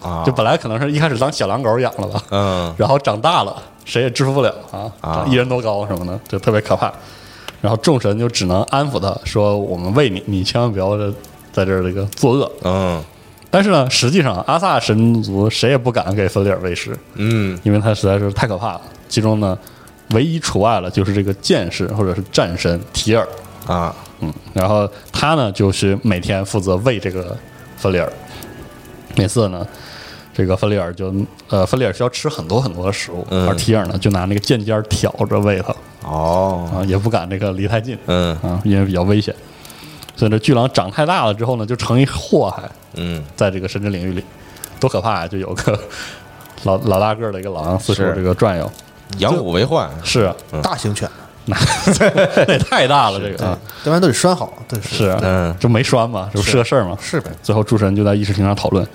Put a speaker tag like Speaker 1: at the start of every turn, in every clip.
Speaker 1: 啊
Speaker 2: 就本来可能是一开始当小狼狗养了吧，
Speaker 1: 嗯
Speaker 2: 然后长大了谁也制服不了啊，
Speaker 1: 啊
Speaker 2: 一人多高什么的，就特别可怕。然后众神就只能安抚他说：“我们为你，你千万不要在这儿这个作恶。
Speaker 1: 嗯”
Speaker 2: 但是呢，实际上阿萨神族谁也不敢给芬利尔喂食，
Speaker 1: 嗯
Speaker 2: 因为他实在是太可怕了。其中呢，唯一除外了就是这个剑士或者是战神提尔，
Speaker 1: 啊
Speaker 2: 嗯，然后他呢就是每天负责喂这个芬里尔，每次呢，这个芬里尔就呃芬里尔需要吃很多很多的食物，
Speaker 1: 嗯
Speaker 2: 而提尔呢就拿那个剑尖儿挑着喂他
Speaker 1: 哦
Speaker 2: 啊，也不敢这个离太近，
Speaker 1: 嗯
Speaker 2: 啊，因为比较危险。所以这巨狼长太大了之后呢，就成一祸害，
Speaker 1: 嗯
Speaker 2: 在这个神之领域里，多可怕啊！就有个老老大个儿的一个狼四处
Speaker 1: 是
Speaker 2: 这个转悠，
Speaker 1: 养虎为患
Speaker 2: 是啊，
Speaker 3: 大型犬，
Speaker 2: 那也太大了，这个啊
Speaker 3: 要不然都得拴好，对是
Speaker 2: 是啊，
Speaker 1: 嗯
Speaker 2: 这没拴嘛，这不是个事儿嘛，
Speaker 3: 是呗，
Speaker 2: 最后诸神就在议事亭上讨论，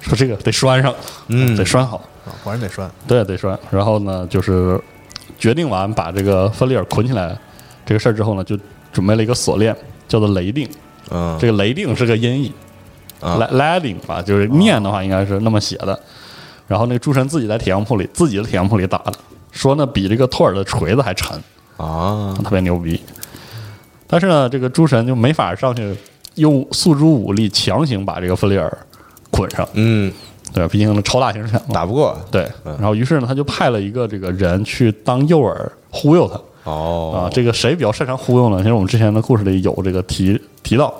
Speaker 2: 说这个得拴上，
Speaker 1: 嗯
Speaker 2: 得拴好，
Speaker 3: 啊果然得拴，
Speaker 2: 对，得拴。然后呢，就是决定完把这个芬利尔捆起来这个事儿之后呢，就准备了一个锁链，叫做雷定。
Speaker 1: 嗯
Speaker 2: 这个雷定是个音译，
Speaker 1: 啊
Speaker 2: 来来定吧，就是念的话应该是那么写的。然后那个诸神自己在铁匠铺里，自己的铁匠铺里打的，说呢比这个托尔的锤子还沉，
Speaker 1: 啊
Speaker 2: 特别牛逼。但是呢，这个诸神就没法上去用诉诸武力强行把这个弗里尔捆上，
Speaker 1: 嗯
Speaker 2: 对，毕竟超大型犬嘛。
Speaker 1: 打不过
Speaker 2: 对，然后于是呢，他就派了一个这个人去当诱饵忽悠他啊
Speaker 1: 哦。
Speaker 2: 这个谁比较擅长忽悠呢？其实我们之前的故事里有这个提提到，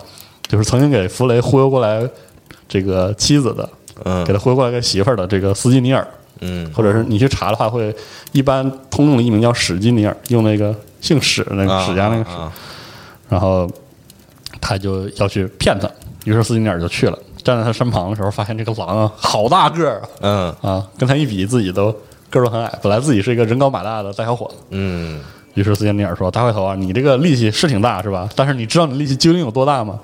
Speaker 2: 就是曾经给弗雷忽悠过来这个妻子的，
Speaker 1: 嗯
Speaker 2: 给他忽悠过来个媳妇儿的这个斯基尼尔，
Speaker 1: 嗯
Speaker 2: 或者是你去查的话，会一般通用的艺名叫史基尼尔，用那个姓史那个
Speaker 1: 啊
Speaker 2: 史家那个史，
Speaker 1: 啊
Speaker 2: 然后他就要去骗他，于是斯金尼尔就去了。站在他身旁的时候，发现这个狼啊，好大个儿
Speaker 1: 嗯
Speaker 2: 啊啊，跟他一比，自己都个儿都很矮。本来自己是一个人高马大的大小伙子，
Speaker 1: 嗯
Speaker 2: 于是斯金尼尔说：“大块头啊，你这个力气是挺大是吧？但是你知道你力气究竟有多大吗？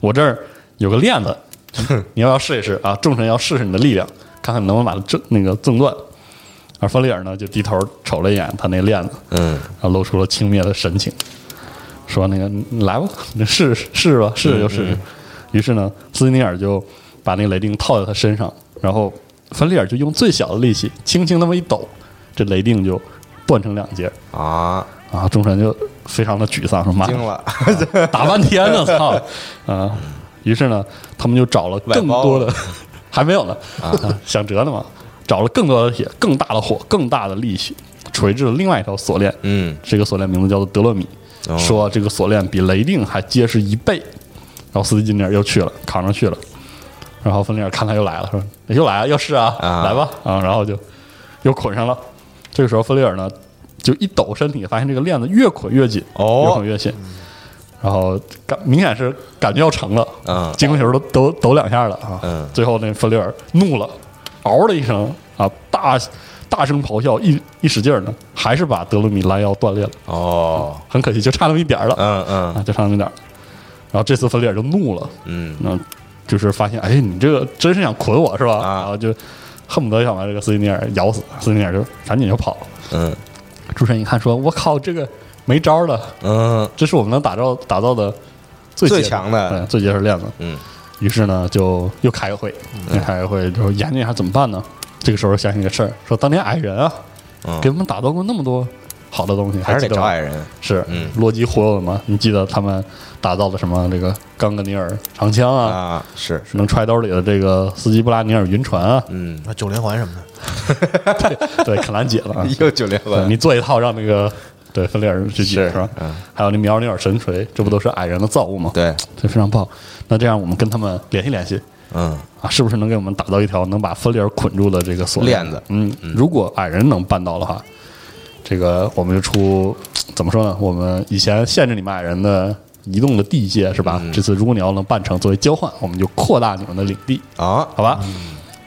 Speaker 2: 我这儿有个链子，你要不要试一试啊？众神要试试你的力量，看看你能不能把它挣那个挣断。”而弗里尔呢，就低头瞅了一眼他那链子，
Speaker 1: 嗯
Speaker 2: 然后露出了轻蔑的神情，说：“那个你来吧，你试试试吧，试试就试试。于是呢，斯金尼尔就把那个雷定套在他身上，然后芬利尔就用最小的力气，轻轻那么一抖，这雷定就断成两截。
Speaker 1: 啊
Speaker 2: 啊，众神就非常的沮丧，说：“妈，
Speaker 1: 惊了
Speaker 2: 打半天 呢，操！”啊，于是呢，他们就找了更
Speaker 1: 外包
Speaker 2: 多 的，还没有呢，啊，想辙呢嘛，找了更多的铁、更大的火、更大的力气，锤制了另外一条锁链，
Speaker 1: 嗯
Speaker 2: 这个锁链名字叫做德洛米，
Speaker 1: 哦
Speaker 2: 说这个锁链比雷定还结实一倍。然后斯蒂金尼尔又去了，扛上去了。然后芬利尔看他又来了，说：“又来了，又是啊，
Speaker 1: 啊
Speaker 2: 来吧啊！”然后就又捆上了。这个时候，芬利尔呢就一抖身体，发现这个链子越捆越紧，
Speaker 1: 哦
Speaker 2: 越捆越紧。然后感明显是感觉要成了，
Speaker 1: 嗯
Speaker 2: 金龟球都抖抖两下了啊。
Speaker 1: 嗯
Speaker 2: 最后那弗里尔怒了，嗷的一声啊，大大声咆哮，一一使劲儿呢，还是把德鲁米拦腰断裂了。
Speaker 1: 哦
Speaker 2: 很可惜，就差那么一点儿了、
Speaker 1: 嗯嗯
Speaker 2: 啊，就差那么一点儿。然后这次弗里尔就怒了，
Speaker 1: 嗯
Speaker 2: 那就是发现，哎，你这个真是想捆我是吧？
Speaker 1: 啊
Speaker 2: 然后就恨不得想把这个斯金尼尔咬死，斯金尼尔就赶紧就跑了。
Speaker 1: 嗯
Speaker 2: 诸神一看说：“我靠，这个没招儿了，
Speaker 1: 嗯
Speaker 2: 这是我们能打造打造的最
Speaker 1: 最
Speaker 2: 结实
Speaker 1: 强的
Speaker 2: 对最结实链子。”
Speaker 1: 嗯
Speaker 2: 于是呢，就又开个会，又开个会之后研究一下怎么办呢？这个时候想起一个事儿，说当年矮人啊，
Speaker 1: 嗯
Speaker 2: 给我们打造过那么多好的东西，
Speaker 1: 还是
Speaker 2: 记
Speaker 1: 得
Speaker 2: 得
Speaker 1: 找
Speaker 2: 吗
Speaker 1: 矮人
Speaker 2: 是，
Speaker 1: 嗯
Speaker 2: 洛基忽悠的嘛？你记得他们打造的什么这个冈格尼尔长枪啊，
Speaker 1: 啊是
Speaker 2: 能揣兜里的这个斯基布拉尼尔云船 啊，
Speaker 1: 嗯
Speaker 3: 啊九连环什么的，
Speaker 2: 对，肯兰姐了啊，
Speaker 1: 又九连
Speaker 2: 对
Speaker 1: 环
Speaker 2: 你做一套让那个对芬利尔去解是吧？
Speaker 1: 嗯
Speaker 2: 还有那苗尼尔神锤，这不都是矮人的造物吗？，
Speaker 1: 对
Speaker 2: 这非常棒。那这样我们跟他们联系联系，
Speaker 1: 嗯
Speaker 2: 啊，是不是能给我们打造一条能把芬利尔捆住的这个锁
Speaker 1: 链子
Speaker 2: 嗯，如果矮人能办到的话，这个我们就出怎么说呢？我们以前限制你们矮人的移动的地界是吧？
Speaker 1: 嗯
Speaker 2: 这次如果你要能办成，作为交换，我们就扩大你们的领地，
Speaker 1: 啊
Speaker 2: 好吧？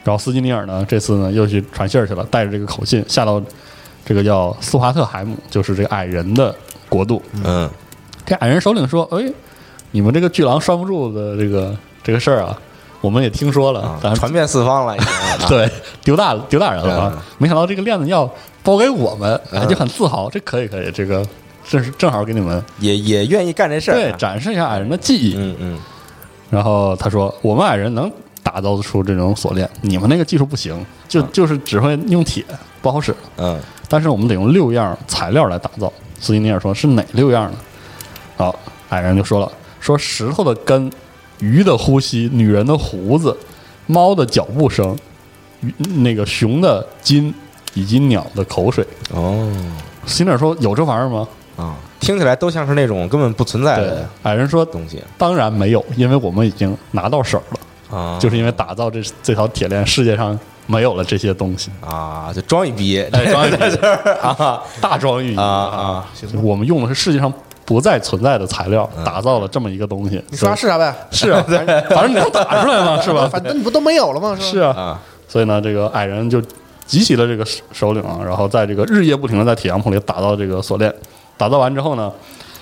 Speaker 2: 然后斯基尼尔呢，这次呢又去传信儿去了，带着这个口信下到这个叫斯华特海姆，就是这个矮人的国度。
Speaker 1: 嗯
Speaker 2: 这矮人首领说：“哎，你们这个巨狼拴不住的这个这个事儿啊，我们也听说了，
Speaker 1: 啊
Speaker 2: 但是
Speaker 1: 传遍四方 了已经啊
Speaker 2: 对，丢大了丢大人了啊
Speaker 1: 嗯！啊
Speaker 2: 没想到这个链子要包给我们，哎，就很自豪，这可以可以，这个这是正好给你们
Speaker 1: 也也愿意干这事儿
Speaker 2: 对
Speaker 1: 啊。
Speaker 2: 展示一下矮人的技艺。
Speaker 1: 嗯嗯，
Speaker 2: 然后他说，我们矮人能打造出这种锁链，你们那个技术不行，就
Speaker 1: 啊
Speaker 2: 就是只会用铁，不好使。
Speaker 1: 嗯，
Speaker 2: 但是我们得用六样材料来打造。斯金尼尔说是哪六样呢？好，矮人就说了，说石头的根、鱼的呼吸、女人的胡子、猫的脚步声、鱼那个熊的筋以及鸟的口水。
Speaker 1: 哦
Speaker 2: 斯金尼尔说有这玩意儿吗？
Speaker 1: 啊，听起来都像是那种根本不存在的，
Speaker 2: 矮人说
Speaker 1: 东西
Speaker 2: 当然没有，因为我们已经拿到手了，
Speaker 1: 啊，
Speaker 2: 就是因为打造这这条铁链，世界上没有了这些东西。
Speaker 1: 啊，就装一逼，
Speaker 2: 哎，装在这儿
Speaker 1: 啊，
Speaker 2: 大装御医
Speaker 1: 啊啊！
Speaker 2: 就是我们用的是世界上不再存在的材料，打造了这么一个东西。
Speaker 3: 你说啥是啥呗，
Speaker 2: 是啊，反正 反正你能打出来嘛，是 吧？
Speaker 3: 反正你不都没有了吗？
Speaker 2: 是
Speaker 3: 吧？
Speaker 2: 啊，
Speaker 1: 啊，
Speaker 2: 所以呢，这个矮人就集齐了这个首首领啊，然后在这个日夜不停的在铁羊铺里打造这个锁链，打造完之后呢，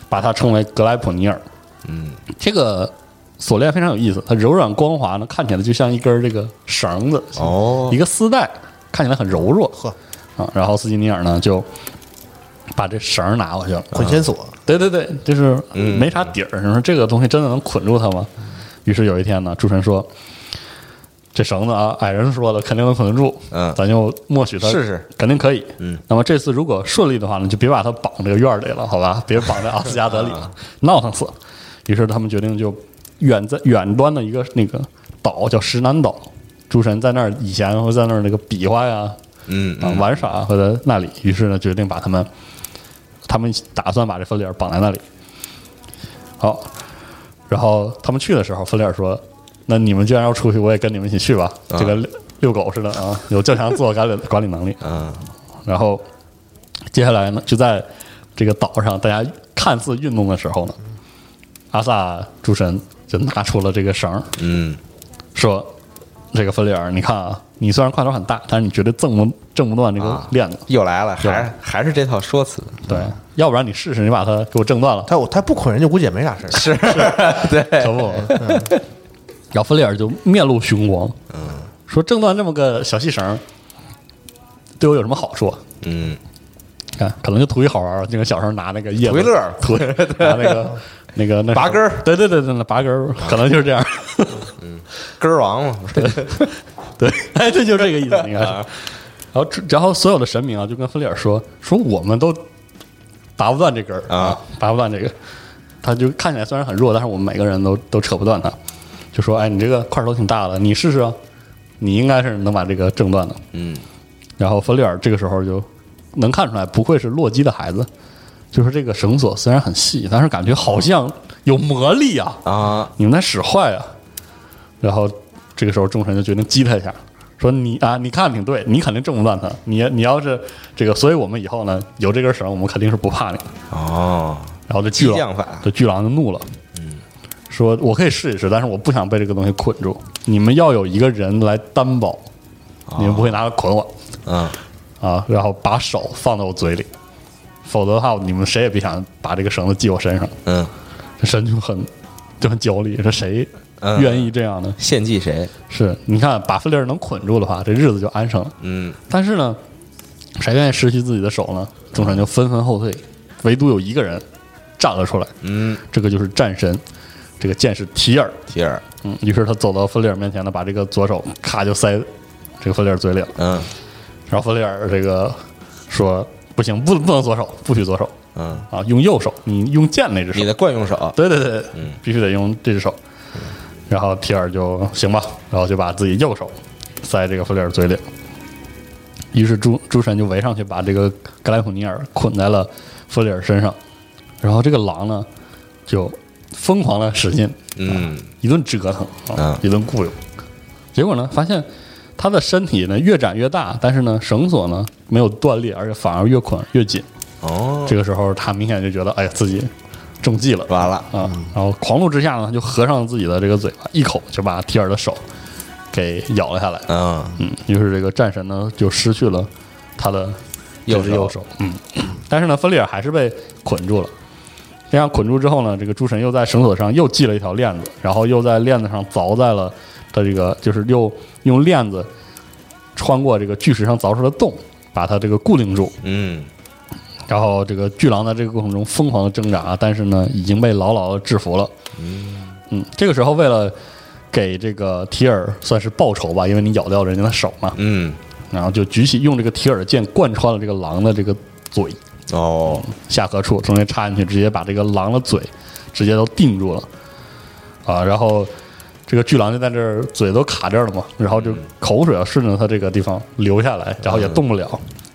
Speaker 2: 把它称为格莱普尼尔。嗯，这个锁链非常有意思，它柔软光滑呢，看起来就像一根儿这个绳子
Speaker 1: 哦
Speaker 2: 一个丝带，看起来很柔弱。
Speaker 3: 呵
Speaker 2: 啊，然后斯基尼尔呢就把这绳儿拿过去了。
Speaker 3: 捆仙索，
Speaker 2: 对对对，就是
Speaker 1: 嗯
Speaker 2: 没啥底儿。你说这个东西真的能捆住他吗？于是有一天呢，诸神说：“这绳子啊，矮人说了肯定能捆得住，
Speaker 1: 嗯
Speaker 2: 咱就默许他
Speaker 1: 试试，
Speaker 2: 肯定可以。
Speaker 1: 嗯，
Speaker 2: 那么这次如果顺利的话呢，就别把他绑这个院儿里了，好吧？别绑在阿斯加德里
Speaker 1: 啊
Speaker 2: 了，闹腾死了。于是他们决定就远在远端的一个那个岛叫石南岛，诸神在那儿以前会在那儿那个比划呀，
Speaker 1: 嗯
Speaker 2: 啊
Speaker 1: 嗯
Speaker 2: 玩耍会在那里。于是呢，决定把他们，他们打算把这芬里尔绑在那里。好，然后他们去的时候，芬里尔说：“那你们既然要出去，我也跟你们一起去吧。
Speaker 1: 啊
Speaker 2: 这个遛遛狗似的啊，有较强自我管理管理能力。
Speaker 1: 嗯，
Speaker 2: 然后接下来呢，就在这个岛上，大家看似运动的时候呢，阿萨诸神就拿出了这个绳儿，
Speaker 1: 嗯，
Speaker 2: 说这个芬里尔，你看啊，你虽然块头很大，但是你绝对挣不挣不断这个
Speaker 1: 啊
Speaker 2: 链子，
Speaker 1: 又来了，还
Speaker 2: 对
Speaker 1: 是还是这套说辞，
Speaker 2: 对，要不然你试试，你把它给我挣断了，
Speaker 3: 他我他不捆人家估计也没啥事儿。
Speaker 1: 是对，
Speaker 2: 可不？ 然后芬利尔就面露凶光，
Speaker 1: 嗯
Speaker 2: 说挣断这么个小细绳儿，对我有什么好处啊？
Speaker 1: 嗯
Speaker 2: 看，可能就图一好玩儿，就跟小时候拿那个叶子
Speaker 1: 图一乐儿
Speaker 2: 图拿那个那个那
Speaker 1: 拔根儿
Speaker 2: 儿，对对对对，那拔根儿，可能就是这样。
Speaker 1: 根儿王嘛，
Speaker 2: 对， 哎，对，就这个意 思，应该是。然后这，然后所有的神明啊，就跟芬利尔说说，我们都拔不断这根儿
Speaker 1: 啊，
Speaker 2: 拔不断这个。他就看起来虽然很弱，但是我们每个人都都扯不断它。就说，哎，你这个块头挺大的，你试试啊，你应该是能把这个挣断的。
Speaker 1: 嗯
Speaker 2: 然后弗利尔这个时候就能看出来，不愧是洛基的孩子，就是这个绳索虽然很细，但是感觉好像有魔力啊。
Speaker 1: 啊，
Speaker 2: 你们在使坏啊！然后这个时候众神就决定激他一下，说你啊，你看挺对，你肯定挣不断他，你你要是这个，所以我们以后呢有这根绳，我们肯定是不怕你的。
Speaker 1: 哦，
Speaker 2: 然后这巨
Speaker 1: 激
Speaker 2: 狼
Speaker 1: 将法，嗯
Speaker 2: 这巨狼就怒了，说我可以试一试，但是我不想被这个东西捆住，你们要有一个人来担保，
Speaker 1: 啊
Speaker 2: 你们不会拿它捆我
Speaker 1: 嗯
Speaker 2: 啊，然后把手放到我嘴里，否则的话你们谁也别想把这个绳子系我身上。
Speaker 1: 嗯，
Speaker 2: 这神就很就很焦虑，说谁
Speaker 1: 嗯
Speaker 2: 愿意这样呢？
Speaker 1: 献祭谁？
Speaker 2: 是你看，把菲利尔能捆住的话，这日子就安生了。
Speaker 1: 嗯
Speaker 2: 但是呢，谁愿意失去自己的手呢？众神就纷纷后退，唯独有一个人站了出来，
Speaker 1: 嗯，
Speaker 2: 这个就是战神，这个剑士提尔。
Speaker 1: 提尔，
Speaker 2: 嗯，于是他走到芬利尔面前呢，把这个左手咔就塞这个芬利尔嘴里了。
Speaker 1: 嗯
Speaker 2: 然后弗雷尔这个说不行，不不能左手，不许左手
Speaker 1: 嗯，
Speaker 2: 啊，用右手，你用剑那只手
Speaker 1: 你。的惯用手，
Speaker 2: 对对对，必须得用这只手。然后提尔就行吧，然后就把自己右手塞这个弗里尔嘴里。于是诸诸神就围上去，把这个格莱普尼尔捆在了弗里尔身上。然后这个狼呢，就疯狂的使劲，
Speaker 1: 嗯
Speaker 2: 一顿折腾
Speaker 1: 嗯，
Speaker 2: 啊一顿雇佣。结果呢，发现他的身体呢越展越大，但是呢绳索呢没有断裂，而且反而越捆越紧。
Speaker 1: 哦，
Speaker 2: 这个时候，他明显就觉得，哎呀，自己中计了，
Speaker 1: 完了，嗯
Speaker 2: 啊，然后狂怒之下呢，他就合上自己的这个嘴巴，一口就把提尔的手给咬了下来。
Speaker 1: 嗯
Speaker 2: 嗯，于是这个战神呢就失去了他的这
Speaker 1: 右
Speaker 2: 只
Speaker 1: 手
Speaker 2: 右手。嗯，但是呢，芬利尔还是被捆住了。这样捆住之后呢，这个诸神又在绳索上又系了一条链子，然后又在链子上凿在了他这个，就是又用链子穿过这个巨石上凿出的洞，把它这个固定住。
Speaker 1: 嗯
Speaker 2: 然后这个巨狼在这个过程中疯狂的挣扎，但是呢，已经被牢牢的制服了。嗯，这个时候为了给这个提尔算是报仇吧，因为你咬掉人家的手嘛，
Speaker 1: 嗯，
Speaker 2: 然后就举起用这个提尔的剑贯穿了这个狼的这个嘴
Speaker 1: 哦，
Speaker 2: 下颌处，中间插进去，直接把这个狼的嘴直接都定住了啊，然后。这个巨狼就在这儿，嘴都卡这儿了嘛，然后就口水啊顺着它这个地方流下来，然后也动不了。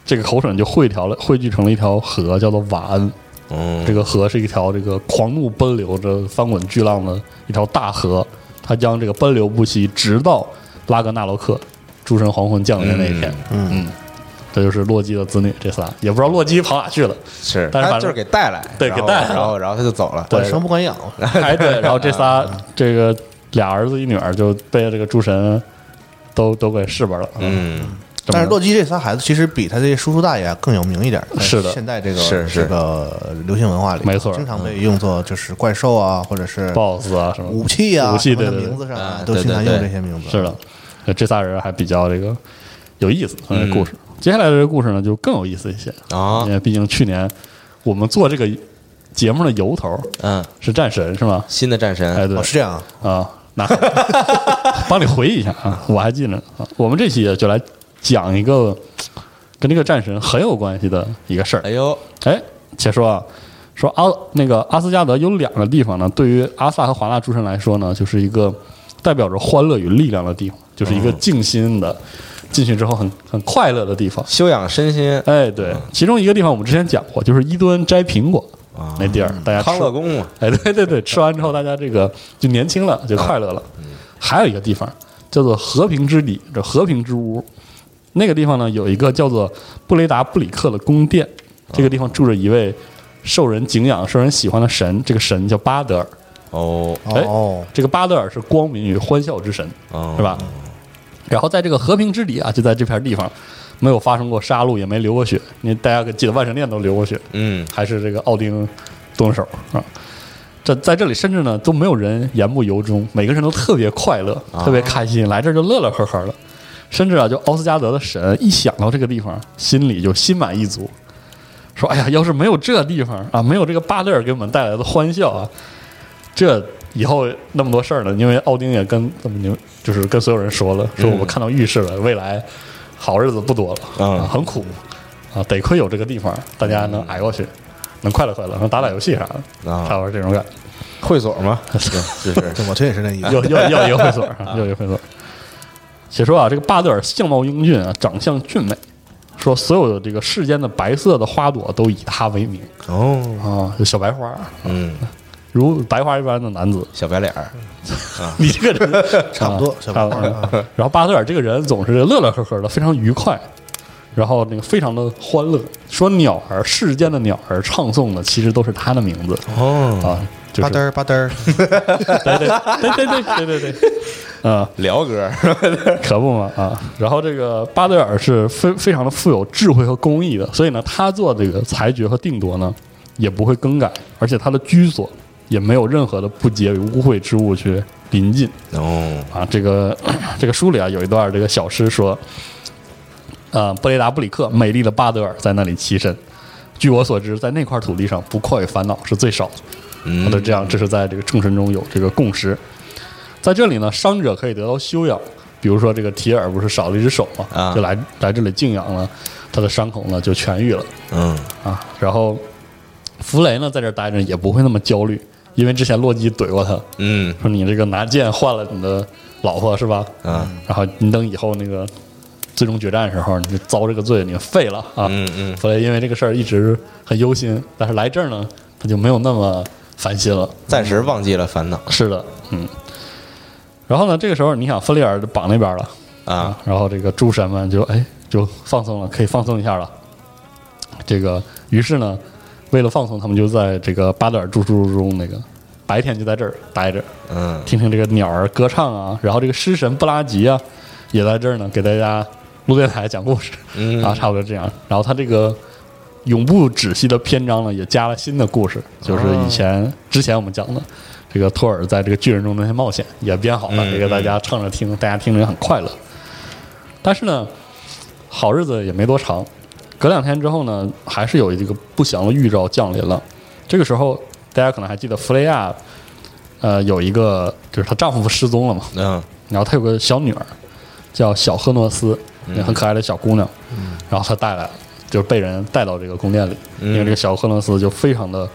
Speaker 2: 这个口水就汇调了，汇聚成了一条河，叫做瓦恩。
Speaker 1: 嗯，
Speaker 2: 这个河是一条这个狂怒奔流着翻滚巨浪的一条大河，它将这个奔流不息，直到拉格纳罗克诸神黄昏降临的那一天。嗯这就是洛基的子女这仨，也不知道洛基跑哪去了。
Speaker 1: 是，
Speaker 2: 但是
Speaker 1: 他
Speaker 2: 反正
Speaker 1: 就是给带来，
Speaker 2: 对
Speaker 1: 然后
Speaker 2: 给带来了
Speaker 1: 然后然后他就走了，
Speaker 2: 对
Speaker 3: 管生不管养，
Speaker 2: 哎，对，然后这仨
Speaker 1: 啊
Speaker 2: 这个俩儿子一女儿就被这个诸神都都给试本了。
Speaker 1: 嗯，
Speaker 2: 这么着，
Speaker 3: 但是洛基这仨孩子其实比他这叔叔大爷啊更有名一点，在
Speaker 2: 是的
Speaker 3: 现在这个
Speaker 1: 是是
Speaker 3: 这个流行文化里，
Speaker 2: 没错嗯
Speaker 3: 经常被用作就是怪兽啊，或者是
Speaker 2: BOSS 啊什么的
Speaker 3: 武器啊，
Speaker 2: 武器
Speaker 3: 什么
Speaker 2: 对
Speaker 3: 的
Speaker 2: 对对
Speaker 3: 名字上啊
Speaker 1: 啊
Speaker 3: 都
Speaker 1: 对
Speaker 3: 经常
Speaker 1: 对
Speaker 3: 用
Speaker 1: 对
Speaker 3: 这些名字。哦
Speaker 2: 是的，呃这仨人还比较这个有意思，呃故事。接下来的这个故事呢，就更有意思一些
Speaker 1: 嗯啊
Speaker 2: 因为毕竟去年我们做这个节目的由头
Speaker 1: 嗯，
Speaker 2: 是战神，是吗？
Speaker 1: 新的战
Speaker 2: 哎，
Speaker 1: 神，
Speaker 2: 对
Speaker 3: 哦，，是这样啊，
Speaker 2: 啊， 那帮你回忆一下啊，我还记着呢。啊我们这期也就来讲一个跟这个战神很有关系的一个事儿
Speaker 1: 哎。呦，
Speaker 2: 哎，且说啊，说阿那个阿斯加德有两个地方呢，对于阿萨和华纳诸神来说呢，就是一个代表着欢乐与力量的地方，就是
Speaker 1: 哦
Speaker 2: 一个静心的，进去之后很很快乐的地方。
Speaker 1: 修养身心，
Speaker 2: 哎，对，
Speaker 1: 嗯
Speaker 2: 其中一个地方我们之前讲过，就是伊敦摘苹果那地儿，大家
Speaker 1: 啊嗯康
Speaker 2: 吃
Speaker 1: 乐宫嘛，
Speaker 2: 哎，对对对，吃完之后大家这个就年轻了，就快乐了。还有一个地方叫做和平之地，这和平之屋，那个地方呢有一个叫做布雷达布里克的宫殿，这个地方住着一位受人敬仰、受人喜欢的神，这个神叫巴德尔。
Speaker 1: 哦，
Speaker 2: 哎
Speaker 3: 哦，
Speaker 2: 这个巴德尔是光明与欢笑之神，
Speaker 1: 哦
Speaker 2: 是吧？然后在这个和平之地啊，就在这片地方，没有发生过杀戮，也没流过血。你大家可记得万神殿都流过血，
Speaker 1: 嗯，
Speaker 2: 还是这个奥丁动手啊。这在这里，甚至呢都没有人言不由衷，每个人都特别快乐，特别开心，来这儿就乐乐呵呵的。甚至啊，就奥斯加德的神一想到这个地方，心里就心满意足，说：“哎呀，要是没有这地方啊，没有这个巴勒尔给我们带来的欢笑啊，这以后那么多事儿呢。”因为奥丁也跟怎么牛，就是跟所有人说了，说我们看到预示了，未来好日子不多了，
Speaker 1: 嗯
Speaker 2: 啊很苦啊，得亏有这个地方，大家能挨过去，能快乐快乐，能打打游戏啥的，
Speaker 1: 啊
Speaker 2: 差不多这种感觉。
Speaker 1: 会所嘛，对就是
Speaker 3: 对我这也是那 意思。
Speaker 2: 又又又一个会所， 又一个会所。且说啊，这个巴德尔相貌英俊啊，长相俊美，说所有的这个世间的白色的花朵都以他为名
Speaker 1: 哦，
Speaker 2: 啊，就小白花，
Speaker 1: 嗯，
Speaker 2: 如白花一般的男子。
Speaker 1: 小白脸儿，啊
Speaker 2: 你这个人
Speaker 3: 差不多
Speaker 2: 啊
Speaker 3: 小白花
Speaker 2: 差不多然后巴德尔这个人总是乐乐呵呵的，非常愉快，然后那个非常的欢乐。说鸟儿，世间的鸟儿唱诵的其实都是他的名字
Speaker 1: 哦，
Speaker 2: 啊，就
Speaker 3: 吧
Speaker 2: 是
Speaker 3: 嘚儿吧嘚儿，
Speaker 2: 对对对对对对对对，啊。
Speaker 1: 辽哥，
Speaker 2: 可不嘛啊！然后这个巴德尔是非非常的富有智慧和工艺的，所以呢，他做这个裁决和定夺呢，也不会更改，而且他的居所也没有任何的不洁与污秽之物去临近
Speaker 1: 哦，
Speaker 2: 啊。这个这个书里啊有一段这个小诗说，呃，布雷达布里克美丽的巴德尔在那里栖身。据我所知，在那块土地上，不快与烦恼是最少的。
Speaker 1: 嗯
Speaker 2: 他的这样，这是在这个众神中有这个共识。在这里呢，伤者可以得到休养，比如说这个提尔不是少了一只手嘛，
Speaker 1: 啊
Speaker 2: 就来来这里静养了，他的伤口呢就痊愈了
Speaker 1: 嗯，
Speaker 2: 啊。然后弗雷呢在这儿待着也不会那么焦虑，因为之前洛基怼过他，
Speaker 1: 嗯，
Speaker 2: 说你这个拿剑换了你的老婆是吧？
Speaker 1: 啊，
Speaker 2: 然后你等以后那个最终决战时候，你就遭这个罪，你废了啊。
Speaker 1: 嗯嗯
Speaker 2: 弗雷因为这个事儿一直很忧心，但是来这儿呢，他就没有那么烦心了。
Speaker 1: 暂时忘记了烦恼
Speaker 2: 是的，嗯。然后呢，这个时候你想，弗利尔绑那边了
Speaker 1: 啊，，
Speaker 2: 然后这个诸神们就哎就放松了，可以放松一下了。这个于是呢，为了放松，他们就在这个巴德尔住处中那个白天就在这儿待着，
Speaker 1: 嗯，
Speaker 2: 听听这个鸟儿歌唱啊，然后这个诗神布拉吉啊也在这儿呢，给大家录电台讲故事，
Speaker 1: 嗯
Speaker 2: 啊，差不多这样。然后他这个永不止息的篇章呢，也加了新的故事，就是以前、之前我们讲的这个托尔在这个巨人中的那些冒险也编好了，
Speaker 1: 嗯
Speaker 2: 这个大家唱着听，大家听着也很快乐。但是呢，好日子也没多长，隔两天之后呢，还是有一个不祥的预兆降临了。这个时候，大家可能还记得弗雷亚，呃，有一个就是她丈夫失踪了嘛，
Speaker 1: 嗯，
Speaker 2: 然后她有个小女儿叫小赫诺斯，也很可爱的小姑娘，然后她带来了，就是被人带到这个宫殿里，因为这个小赫诺斯就非常的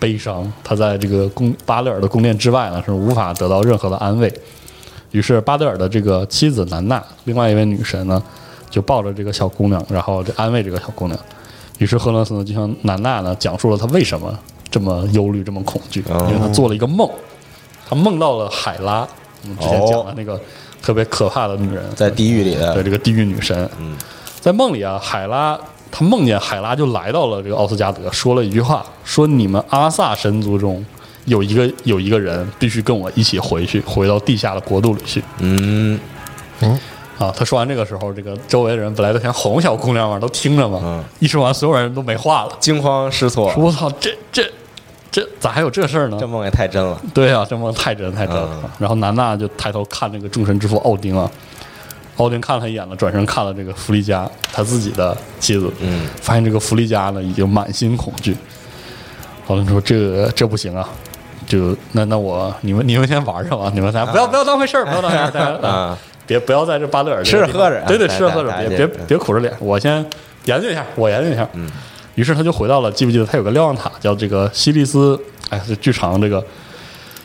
Speaker 2: 悲伤，她在这个宫巴勒尔的宫殿之外呢是无法得到任何的安慰，于是巴德尔的这个妻子南娜，另外一位女神呢，就抱着这个小姑娘，然后就安慰这个小姑娘。于是赫勒斯呢，就向南娜呢讲述了她为什么这么忧虑、这么恐惧，
Speaker 1: 哦
Speaker 2: 因为她做了一个梦，她梦到了海拉，我们之前讲的那个特别可怕的女人，
Speaker 1: 在呃地狱里
Speaker 2: 对
Speaker 1: 的，
Speaker 2: 这个地狱女神。嗯，在梦里啊，海拉她梦见海拉就来到了这个奥斯加德，说了一句话，说你们阿萨神族中有一个有一个人必须跟我一起回去，回到地下的国度里去。
Speaker 1: 嗯
Speaker 2: 啊，他说完这个时候，这个周围人本来都想哄小姑娘嘛，都听着嘛，
Speaker 1: 嗯
Speaker 2: 一说完，所有人都没话了，
Speaker 1: 惊慌失措，
Speaker 2: 说我操，这这这咋还有这事儿呢
Speaker 1: 这？梦也太真了，
Speaker 2: 对啊，这梦太真太真了。
Speaker 1: 嗯
Speaker 2: 然后南娜就抬头看那个众神之父奥丁啊，奥丁看了他一眼了，转身看了这个弗利加他自己的妻子，
Speaker 1: 嗯，
Speaker 2: 发现这个弗利加呢已经满心恐惧。奥丁说：“这这不行啊，就那那我你们你们先玩上吧，你们仨不
Speaker 1: 嗯
Speaker 2: 要不要当回事儿，不要当回事儿大 家，
Speaker 1: 啊
Speaker 2: 别不要在这巴勒尔这
Speaker 1: 吃着
Speaker 2: 个地方
Speaker 1: 喝着啊
Speaker 2: 对对，
Speaker 1: 大
Speaker 2: 吃
Speaker 1: 家
Speaker 2: 着喝着
Speaker 1: 大，家
Speaker 2: 别别
Speaker 1: 就
Speaker 2: 别苦着脸，我先研究一下，我研究一下，嗯。”于是他就回到了，记不记得他有个瞭望塔叫这个西利斯？哎，这剧场这个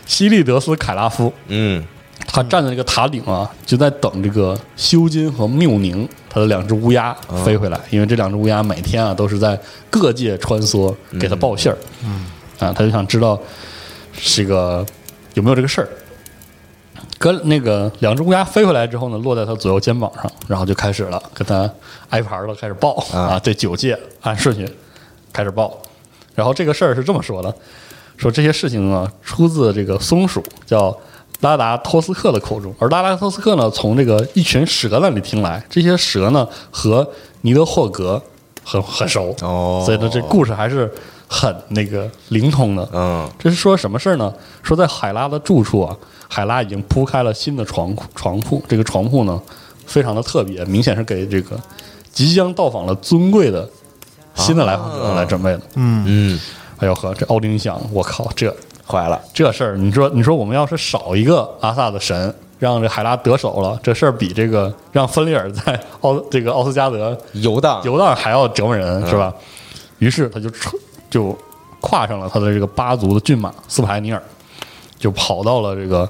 Speaker 2: 西利德斯凯拉夫，
Speaker 1: 嗯，
Speaker 2: 他站在那个塔顶啊，就在等这个修金和缪宁他的两只乌鸦飞回来，因为这两只乌鸦每天啊都是在各界穿梭，给他报信儿。嗯，啊，他就想知道这个有没有这个事儿。跟那个两只乌鸦飞回来之后呢，落在他左右肩膀上，然后就开始了跟他挨盘了，开始报啊，这九届按顺序开始报。然后这个事儿是这么说的：说这些事情呢，出自这个松鼠叫拉达托斯克的口中，而拉达托斯克呢，从这个一群蛇那里听来，这些蛇呢和尼德霍格很很熟，
Speaker 1: 哦
Speaker 2: 所以呢，这故事还是很那个灵通的，
Speaker 1: 嗯，
Speaker 2: 这是说什么事儿呢？说在海拉的住处啊，海拉已经铺开了新的床铺床铺。这个床铺呢，非常的特别，明显是给这个即将到访了尊贵的新的来访者来准备的。
Speaker 1: 嗯，
Speaker 2: 哎呦呵，这奥丁一想，我靠，这
Speaker 1: 坏了，
Speaker 2: 这事儿，你说你说我们要是少一个阿萨的神，让这海拉得手了，这事儿比这个让芬利尔在奥这个奥斯加德
Speaker 1: 游荡，
Speaker 2: 游荡还要折磨人，是吧？于是他就出就跨上了他的这个巴族的骏马斯普海尼尔，就跑到了这个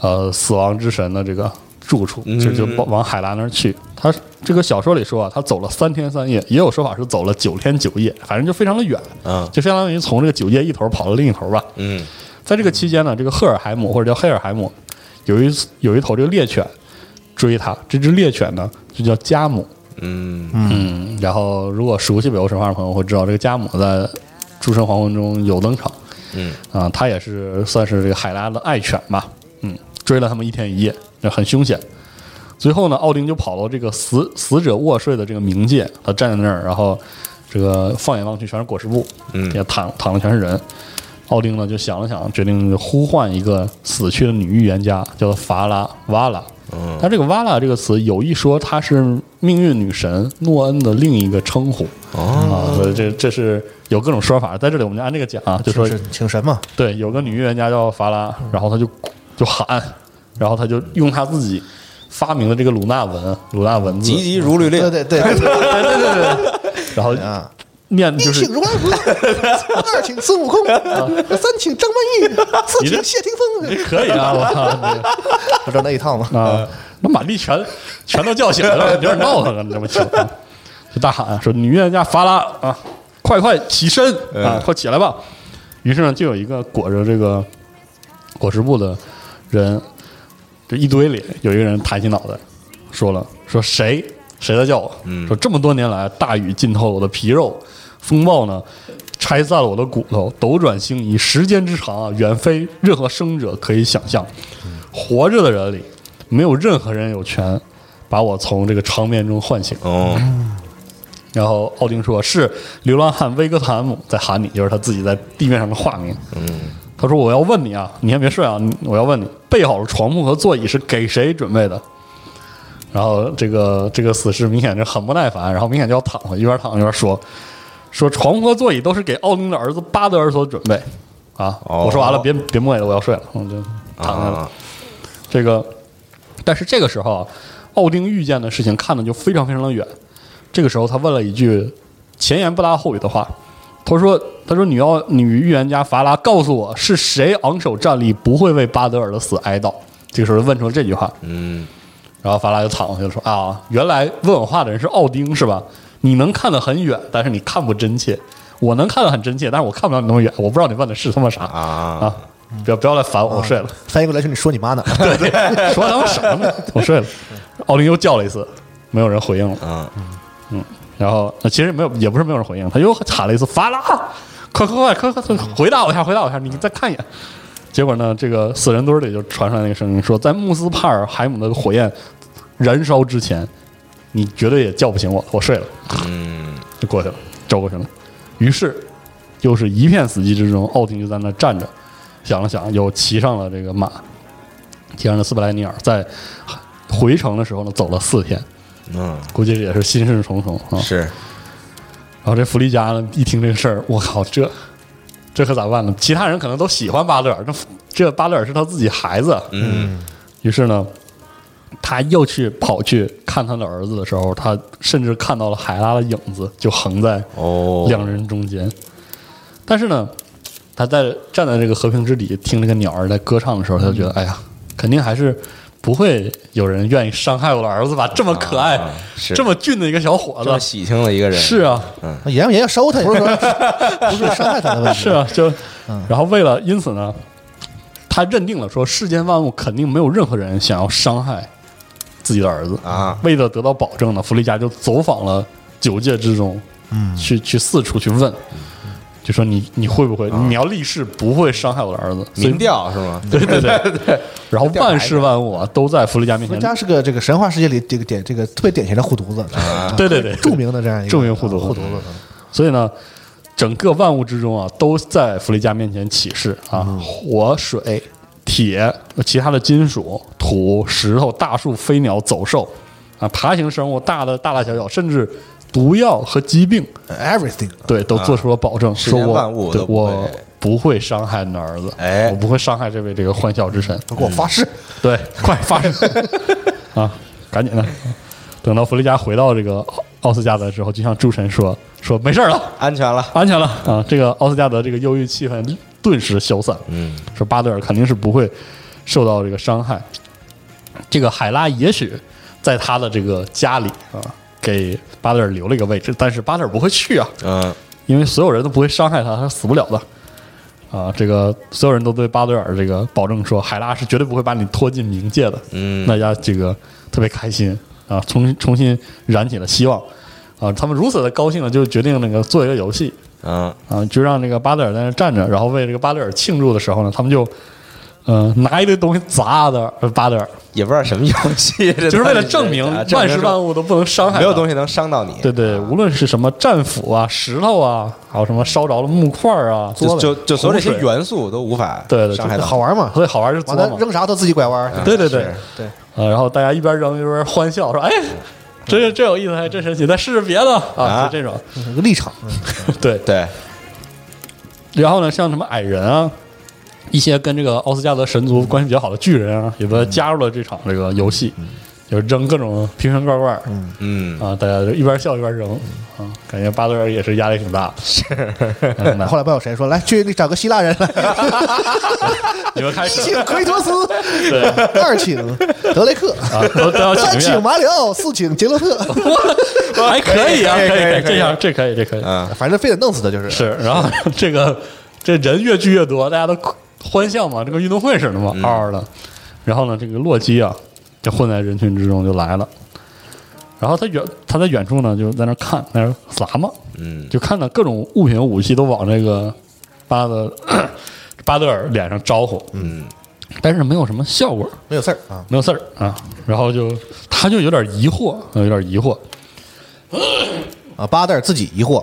Speaker 2: 呃死亡之神的这个住处，就就往往海拉那儿去。他这个小说里说啊，他走了三天三夜，也有说法是走了九天九夜，反正就非常的远，
Speaker 1: 嗯
Speaker 2: 就相当于从这个九夜一头跑到另一头吧。
Speaker 1: 嗯
Speaker 2: 在这个期间呢，这个赫尔海姆或者叫黑尔海姆，有一有一头这个猎犬追他，这只猎犬呢就叫加姆。
Speaker 1: 嗯
Speaker 2: 嗯，然后如果熟悉北欧神话的朋友会知道，这个加姆在《诸神黄昏》中有登场。
Speaker 1: 嗯，
Speaker 2: 啊，他也是算是这个海拉的爱犬吧。嗯，追了他们一天一夜，那很凶险。最后呢，奥丁就跑到这个死死者卧睡的这个冥界，他站在那儿，然后这个放眼望去全是裹尸布，
Speaker 1: 嗯
Speaker 2: 也躺躺的全是人。奥丁呢就想了想，决定呼唤一个死去的女预言家，叫做法拉瓦拉。嗯，他这个瓦拉这个词有一说，她是命运女神诺恩的另一个称呼。哦，啊，所以这这是有各种说法，在这里我们就按这个讲啊，就说
Speaker 3: 是请神嘛，
Speaker 2: 对，有个女预言家叫法拉，然后她就就喊，然后她就用她自己发明的这个鲁纳文，鲁纳文字，
Speaker 1: 急急如律令
Speaker 3: 对，对对对对
Speaker 2: 然后
Speaker 3: 啊！
Speaker 2: 念 就
Speaker 3: 一
Speaker 2: 是啊
Speaker 3: 请如来佛，二请孙悟空，三请张曼玉，四
Speaker 2: 你这
Speaker 3: 请谢霆锋，
Speaker 2: 可以啊，我操！
Speaker 3: 不知道那一套吗？
Speaker 2: 啊，那满地全全都叫醒了，有点闹腾啊，你这么叫，就大喊啊说：“女预言家法拉啊，快快起身啊，快起来吧！”于是呢，就有一个裹着这个裹尸布的人，这一堆里有一个人抬起脑袋说了：“说谁谁在叫我？说这么多年来，大雨浸透了我的皮肉，风暴呢。”拆散了我的骨头，斗转星移，时间之长啊，远非任何生者可以想象。活着的人里，没有任何人有权把我从这个长眠中唤醒。
Speaker 1: 哦，
Speaker 2: 然后奥丁说：“是流浪汉威格特汉姆在喊你，就是他自己在地面上的化名。”嗯，他说：“我要问啊你啊，你先别睡啊，你我要问你，备好了床铺和座椅是给谁准备的？”啊然后这个这个死士明显就很不耐烦，然后明显就要躺了，一边躺一边说说床和座椅都是给奥丁的儿子巴德尔所准备啊！
Speaker 1: 哦
Speaker 2: 我说完了，别别磨叽了，我要睡了，我就躺下了。
Speaker 1: 啊，
Speaker 2: 这个，但是这个时候啊，奥丁遇见的事情看的就非常非常的远。这个时候，他问了一句前言不搭后语的话，他说：“他说女奥女预言家法拉告诉我是谁昂首站立，不会为巴德尔的死哀悼。”这个时候问出了这句话，
Speaker 1: 嗯，
Speaker 2: 然后法拉就躺过去了，说：“啊，原来问我话的人是奥丁是吧？你能看得很远，但是你看不真切。我能看得很真切，但是我看不了你那么远。我不知道你问的是他妈啥
Speaker 1: 啊
Speaker 2: 啊！不要不要来烦我，我睡了。”
Speaker 3: 翻译过来说：“你说你妈呢啊
Speaker 2: 说他妈什么呢？我睡了。奥林又叫了一次，没有人回应了。
Speaker 1: 嗯
Speaker 2: 然后呃其实没有，也不是没有人回应，他又喊了一次法拉，快快快快快快，回答我一下，回答我一下，你再看一眼。结果呢，这个死人堆里就传出来那个声音，说在穆斯帕尔海姆的火焰燃烧之前，你绝对也叫不醒我，我睡了。
Speaker 1: 嗯，
Speaker 2: 就过去了，周过去了。于是又是一片死寂之中，奥丁就在那站着，想了想，又骑上了这个马，骑上了斯普莱尼尔，在回程的时候呢，走了四天，
Speaker 1: 嗯，
Speaker 2: 估计也是心事重重啊。
Speaker 1: 是，
Speaker 2: 然后这弗利加呢，一听这个事儿，我靠，这这可咋办呢？其他人可能都喜欢巴勒尔，这这巴勒尔是他自己孩子，
Speaker 1: 嗯
Speaker 2: 于是呢，他又去跑去看他的儿子的时候，他甚至看到了海拉的影子，就横在
Speaker 1: 哦，
Speaker 2: 两人中间。但是呢，他在站在这个和平之底听这个鸟儿在歌唱的时候，他就觉得，
Speaker 1: 嗯
Speaker 2: 哎呀，肯定还是不会有人愿意伤害我的儿子吧？这么可爱，
Speaker 1: 啊是
Speaker 2: 这么俊的一个小伙
Speaker 1: 这么
Speaker 2: 子，
Speaker 1: 喜庆的一个人，
Speaker 2: 是啊，？”
Speaker 3: 演不演要收他，也不是说不是伤害他的问题。
Speaker 2: 是啊， 就，
Speaker 1: 嗯
Speaker 2: 然后为了因此呢，他认定了说世间万物肯定没有任何人想要伤害自己的儿子
Speaker 1: 啊
Speaker 2: 为了得到保证呢，弗利加就走访了九界之中，嗯，去去四处去问，就说你你会不会、你要立誓不会伤害我的儿子？所以
Speaker 1: 民调是吗？
Speaker 2: 对对对对。然后万事万物啊都在弗利加面
Speaker 3: 人
Speaker 2: 前，
Speaker 3: 家是个这个神话世界里这个典这个特别典型的护犊子，啊
Speaker 2: 对啊对对，
Speaker 3: 著名的这样一个
Speaker 2: 著名护犊子嗯
Speaker 3: 护犊子。
Speaker 2: 所以呢，整个万物之中啊，都在弗利加面前起誓啊，火、水、铁、其他的金属、土、石头、大树、飞鸟、走兽啊，爬行生物，大的大大小小，甚至毒药和疾病，
Speaker 3: everything
Speaker 2: 对，都做出了保证，
Speaker 1: 啊世
Speaker 2: 说
Speaker 1: 间
Speaker 2: 我
Speaker 1: 万物
Speaker 2: 对
Speaker 1: 都不会
Speaker 2: 我不会伤害你的儿子，
Speaker 1: 哎嗯
Speaker 2: 我不会伤害这位这个欢笑之神，
Speaker 3: 都给我发
Speaker 2: 嗯
Speaker 3: 誓，
Speaker 2: 对，快发生 啊，赶紧的。等到弗利加回到这个奥奥斯加德之后，就向诸神说说没事儿了，
Speaker 1: 安全了，
Speaker 2: 安全了啊！这个奥斯加德这个忧郁气氛顿时消散，
Speaker 1: 嗯，
Speaker 2: 说巴德尔肯定是不会受到这个伤害。这个海拉也许在他的这个家里啊，给巴德尔留了一个位置，但是巴德尔不会去啊，
Speaker 1: 嗯，
Speaker 2: 因为所有人都不会伤害他，他死不了的。啊，这个所有人都对巴德尔这个保证说，海拉是绝对不会把你拖进冥界的。
Speaker 1: 嗯
Speaker 2: 大家这个特别开心啊，重重新燃起了希望啊。他们如此的高兴了，就决定那个做一个游戏
Speaker 1: 嗯，
Speaker 2: 啊，就让这个巴德尔在那站着，然后为这个巴德尔庆祝的时候呢，他们就嗯、呃拿一堆东西砸的巴德尔，
Speaker 1: 也不知道什么游戏，就
Speaker 2: 就是为了证明
Speaker 1: 啊
Speaker 2: 万事万
Speaker 1: 物
Speaker 2: 物都不能伤害他，
Speaker 1: 没有东西能伤到你，
Speaker 2: 对对，无论是什么战斧啊、石头啊，还有什么烧着了木块儿啊，
Speaker 1: 就就就所有这些
Speaker 2: 洪水
Speaker 1: 元素都无法
Speaker 2: 对对
Speaker 1: 伤害
Speaker 2: 就
Speaker 1: 到
Speaker 2: 是
Speaker 1: 你
Speaker 3: 好玩嘛。
Speaker 2: 所以好玩就琢
Speaker 3: 完了
Speaker 2: 磨，
Speaker 3: 扔啥都自己拐弯儿，
Speaker 2: 对对对
Speaker 1: 是
Speaker 3: 对，
Speaker 2: 啊，然后大家一边扔一边欢笑，说：“哎，这这有意思，还真神奇，再试试别的啊！”
Speaker 1: 啊
Speaker 2: 就这种，
Speaker 3: 有个立场。嗯
Speaker 2: 对。
Speaker 1: 对，
Speaker 2: 然后呢，像什么矮人啊，一些跟这个奥斯加德神族关系比较好的巨人啊，也都加入了这场这个游戏，就是扔各种瓶瓶罐罐
Speaker 1: 嗯，
Speaker 2: 啊，大家就一边笑一边扔啊，感觉巴德尔也是压力挺大。嗯 是，
Speaker 3: 后来不知道有谁说来去找个希腊人来，
Speaker 2: 你们开
Speaker 3: 一
Speaker 2: 始
Speaker 3: 请奎托斯，二请德雷克，
Speaker 2: 啊，都都要
Speaker 3: 三
Speaker 2: 请
Speaker 3: 请
Speaker 2: 愿，
Speaker 3: 马里奥，四请杰洛特，
Speaker 2: 还可以啊，
Speaker 1: 可以
Speaker 2: 可
Speaker 1: 可以可
Speaker 2: 以，
Speaker 1: 以
Speaker 2: 这样这可以，这可以。
Speaker 1: 嗯，
Speaker 3: 啊反正非得弄死他就是。
Speaker 2: 是，然后 这个这人越聚越多，大家都欢笑嘛，这跟运动会似的嘛，
Speaker 1: 嗯
Speaker 2: 嗷嗷的。然后呢，这个洛基啊，就混在人群之中就来了。然后他远他在远处呢，就在那儿看，在那儿撒嘛，
Speaker 1: 嗯
Speaker 2: 就看到各种物品武器都往这个巴德巴德尔脸上招呼，
Speaker 1: 嗯，
Speaker 2: 但是没有什么效果。
Speaker 3: 没有事儿啊，
Speaker 2: 没有事儿啊，然后就他就有点疑惑，呃有点疑惑，
Speaker 3: 啊，巴德尔自己疑惑，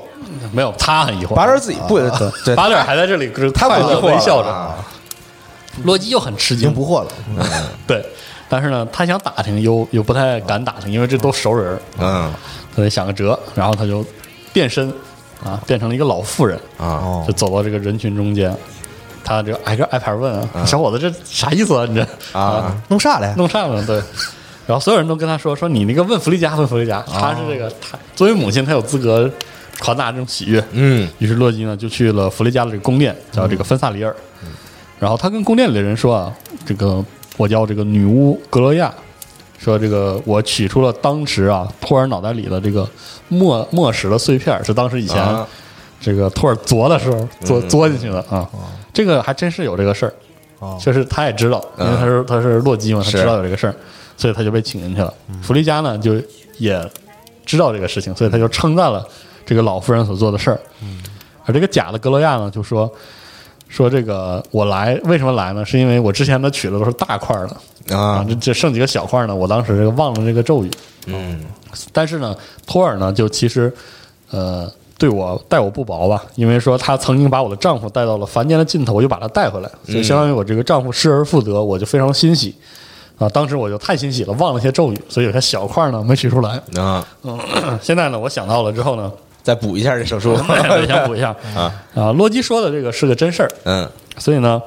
Speaker 2: 没有他很疑惑，
Speaker 1: 巴尔自己不，
Speaker 2: 啊
Speaker 1: 对，
Speaker 2: 巴德尔还在这里就是
Speaker 1: 他
Speaker 2: 快
Speaker 1: 不疑
Speaker 2: 乐
Speaker 1: 惑
Speaker 2: 微笑着，
Speaker 1: 啊，
Speaker 2: 洛基又很吃
Speaker 3: 已
Speaker 2: 惊
Speaker 3: 经，不惑了。
Speaker 2: 对，但是呢，他想打听又又不太敢打听，因为这都熟人儿，
Speaker 1: 嗯
Speaker 2: 他得想个辙，然后他就变身啊，变成了一个老妇人，
Speaker 1: 啊，
Speaker 2: 就走到这个人群中间。他这个挨个挨排问啊，小伙子这啥意思啊？你这
Speaker 1: 啊，
Speaker 3: 弄啥来？
Speaker 2: 弄上了，对。然后所有人都跟他说：“说你那个问弗利加，问弗利加，他是这个他作为母亲，他有资格传达这种喜悦。”
Speaker 1: 嗯
Speaker 2: 于是洛基呢就去了弗利加的这个宫殿，叫这个芬萨里尔。然后他跟宫殿里的人说啊，这个我叫这个女巫格罗亚，说这个我取出了当时啊托尔脑袋里的这个墨墨石的碎片儿，是当时以前
Speaker 1: 啊
Speaker 2: 这个托尔琢的时候琢琢进去的啊。这个还真是有这个事儿，就是他也知道，因为他是他是洛基嘛，他
Speaker 1: 是
Speaker 2: 知道有这个事儿，所以他就被请进去了。弗利加呢就也知道这个事情，所以他就称赞了这个老夫人所做的事儿。
Speaker 1: 嗯
Speaker 2: 而这个假的格罗亚呢，就说说这个我来为什么来呢？是因为我之前的取的都是大块儿的啊
Speaker 1: 啊，
Speaker 2: 这这剩几个小块儿呢？我当时这个忘了这个咒语，
Speaker 1: 嗯
Speaker 2: 但是呢，托尔呢就其实呃对我待我不薄吧，因为说他曾经把我的丈夫带到了凡间的尽头，我就把他带回来，所以相当于我这个丈夫失而复得，我就非常欣喜。啊！当时我就太欣喜了，忘了一些咒语，所以有些小块儿呢没取出来。
Speaker 1: 啊，
Speaker 2: 嗯，现在呢，我想到了之后呢，
Speaker 1: 再补一下这手 术
Speaker 2: 我想补一下
Speaker 1: 啊
Speaker 2: 啊。洛基说的这个是个真事儿，
Speaker 1: 嗯
Speaker 2: 所以呢，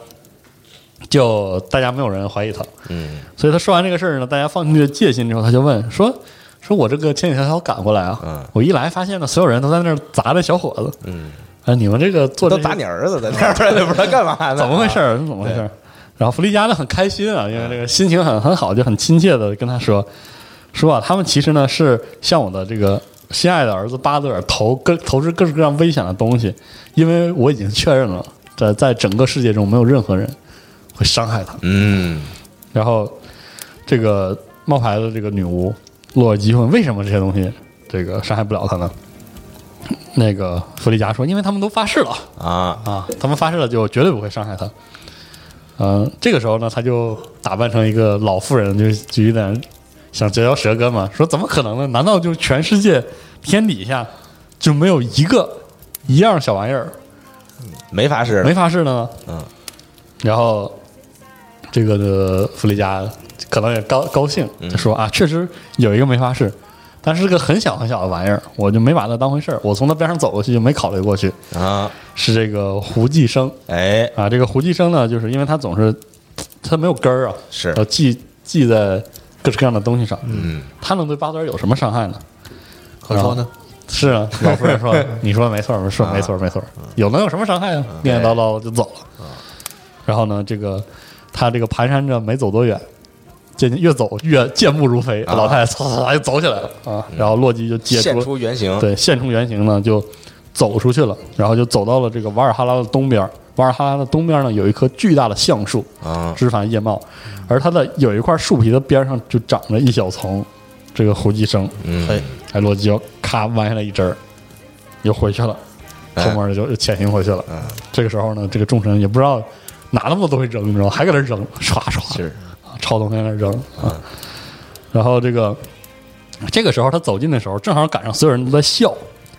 Speaker 2: 就大家没有人怀疑他。
Speaker 1: 嗯
Speaker 2: 所以他说完这个事儿呢，大家放弃了戒心之后，他就问说：“说我这个千里迢迢赶过来啊，
Speaker 1: 嗯
Speaker 2: 我一来发现呢，所有人都在那儿砸那小伙子，
Speaker 1: 嗯，
Speaker 2: 啊，你们这个做
Speaker 1: 都
Speaker 2: 这些
Speaker 1: 打你儿子在那啊儿，也不知道干嘛呢？
Speaker 2: 怎么回事？儿？怎么回事儿？”然后弗利加呢很开心啊，因为这个心情很很好，就很亲切的跟他说：“说啊，他们其实呢是向我的这个心爱的儿子巴德尔投各投掷各式各样危险的东西，因为我已经确认了，在在整个世界中没有任何人会伤害他。”
Speaker 1: 嗯
Speaker 2: 然后这个冒牌的这个女巫洛尔基问：“为什么这些东西这个伤害不了她呢？”那个弗利加说：“因为他们都发誓了
Speaker 1: 啊
Speaker 2: 啊，他们发誓了就绝对不会伤害她。”嗯，这个时候呢，他就打扮成一个老妇人，就就有点想嚼嚼舌根嘛，说怎么可能呢？难道就全世界天底下就没有一个一样小玩意儿
Speaker 1: 没法使了
Speaker 2: 没法试呢。
Speaker 1: 嗯，
Speaker 2: 然后这个的弗利加可能也高高兴，
Speaker 1: 嗯
Speaker 2: 就说啊，确实有一个没法试，但是是个很小很小的玩意儿，我就没把它当回事儿。我从他边上走过去就没考虑过去，
Speaker 1: 啊，
Speaker 2: 是这个胡继生
Speaker 1: 哎
Speaker 2: 啊。这个胡继生呢，就是因为他总是他没有根儿啊，
Speaker 1: 是
Speaker 2: 要系系在各式各样的东西上。
Speaker 1: 嗯，
Speaker 2: 他能对巴德尔有什么伤害呢？
Speaker 3: 可说呢？
Speaker 2: 是啊，老夫人说， 你说的没错，我说
Speaker 1: 啊
Speaker 2: 没错，没错，有能有什么伤害啊？
Speaker 1: 嗯
Speaker 2: 念念叨叨就走了。然后呢，这个他这个蹒跚着没走多远，渐渐越走越健步如飞，老太太唰唰唰就走起来了啊。然后洛基就接
Speaker 1: 啊嗯现
Speaker 2: 住，
Speaker 1: 出原形，
Speaker 2: 对，现出原形呢就走出去了，然后就走到了这个瓦尔哈拉的东边。瓦尔哈拉的东边呢有一棵巨大的橡树，
Speaker 1: 啊
Speaker 2: 枝繁叶茂，而它的有一块树皮的边上就长着一小丛这个胡姬生。
Speaker 1: 嗯
Speaker 2: 哎，哎，洛基就咔弯下来一针儿，又回去了，后
Speaker 1: 哎嗯
Speaker 2: 面就又潜行回去了。这个时候呢，这个众神也不知道哪那么多东西扔，你知道吗，还搁那扔，唰唰，
Speaker 1: 是嗯
Speaker 2: 啊抄东西在那扔啊。然后这个这个时候他走近的时候，正好赶上所有人都在笑，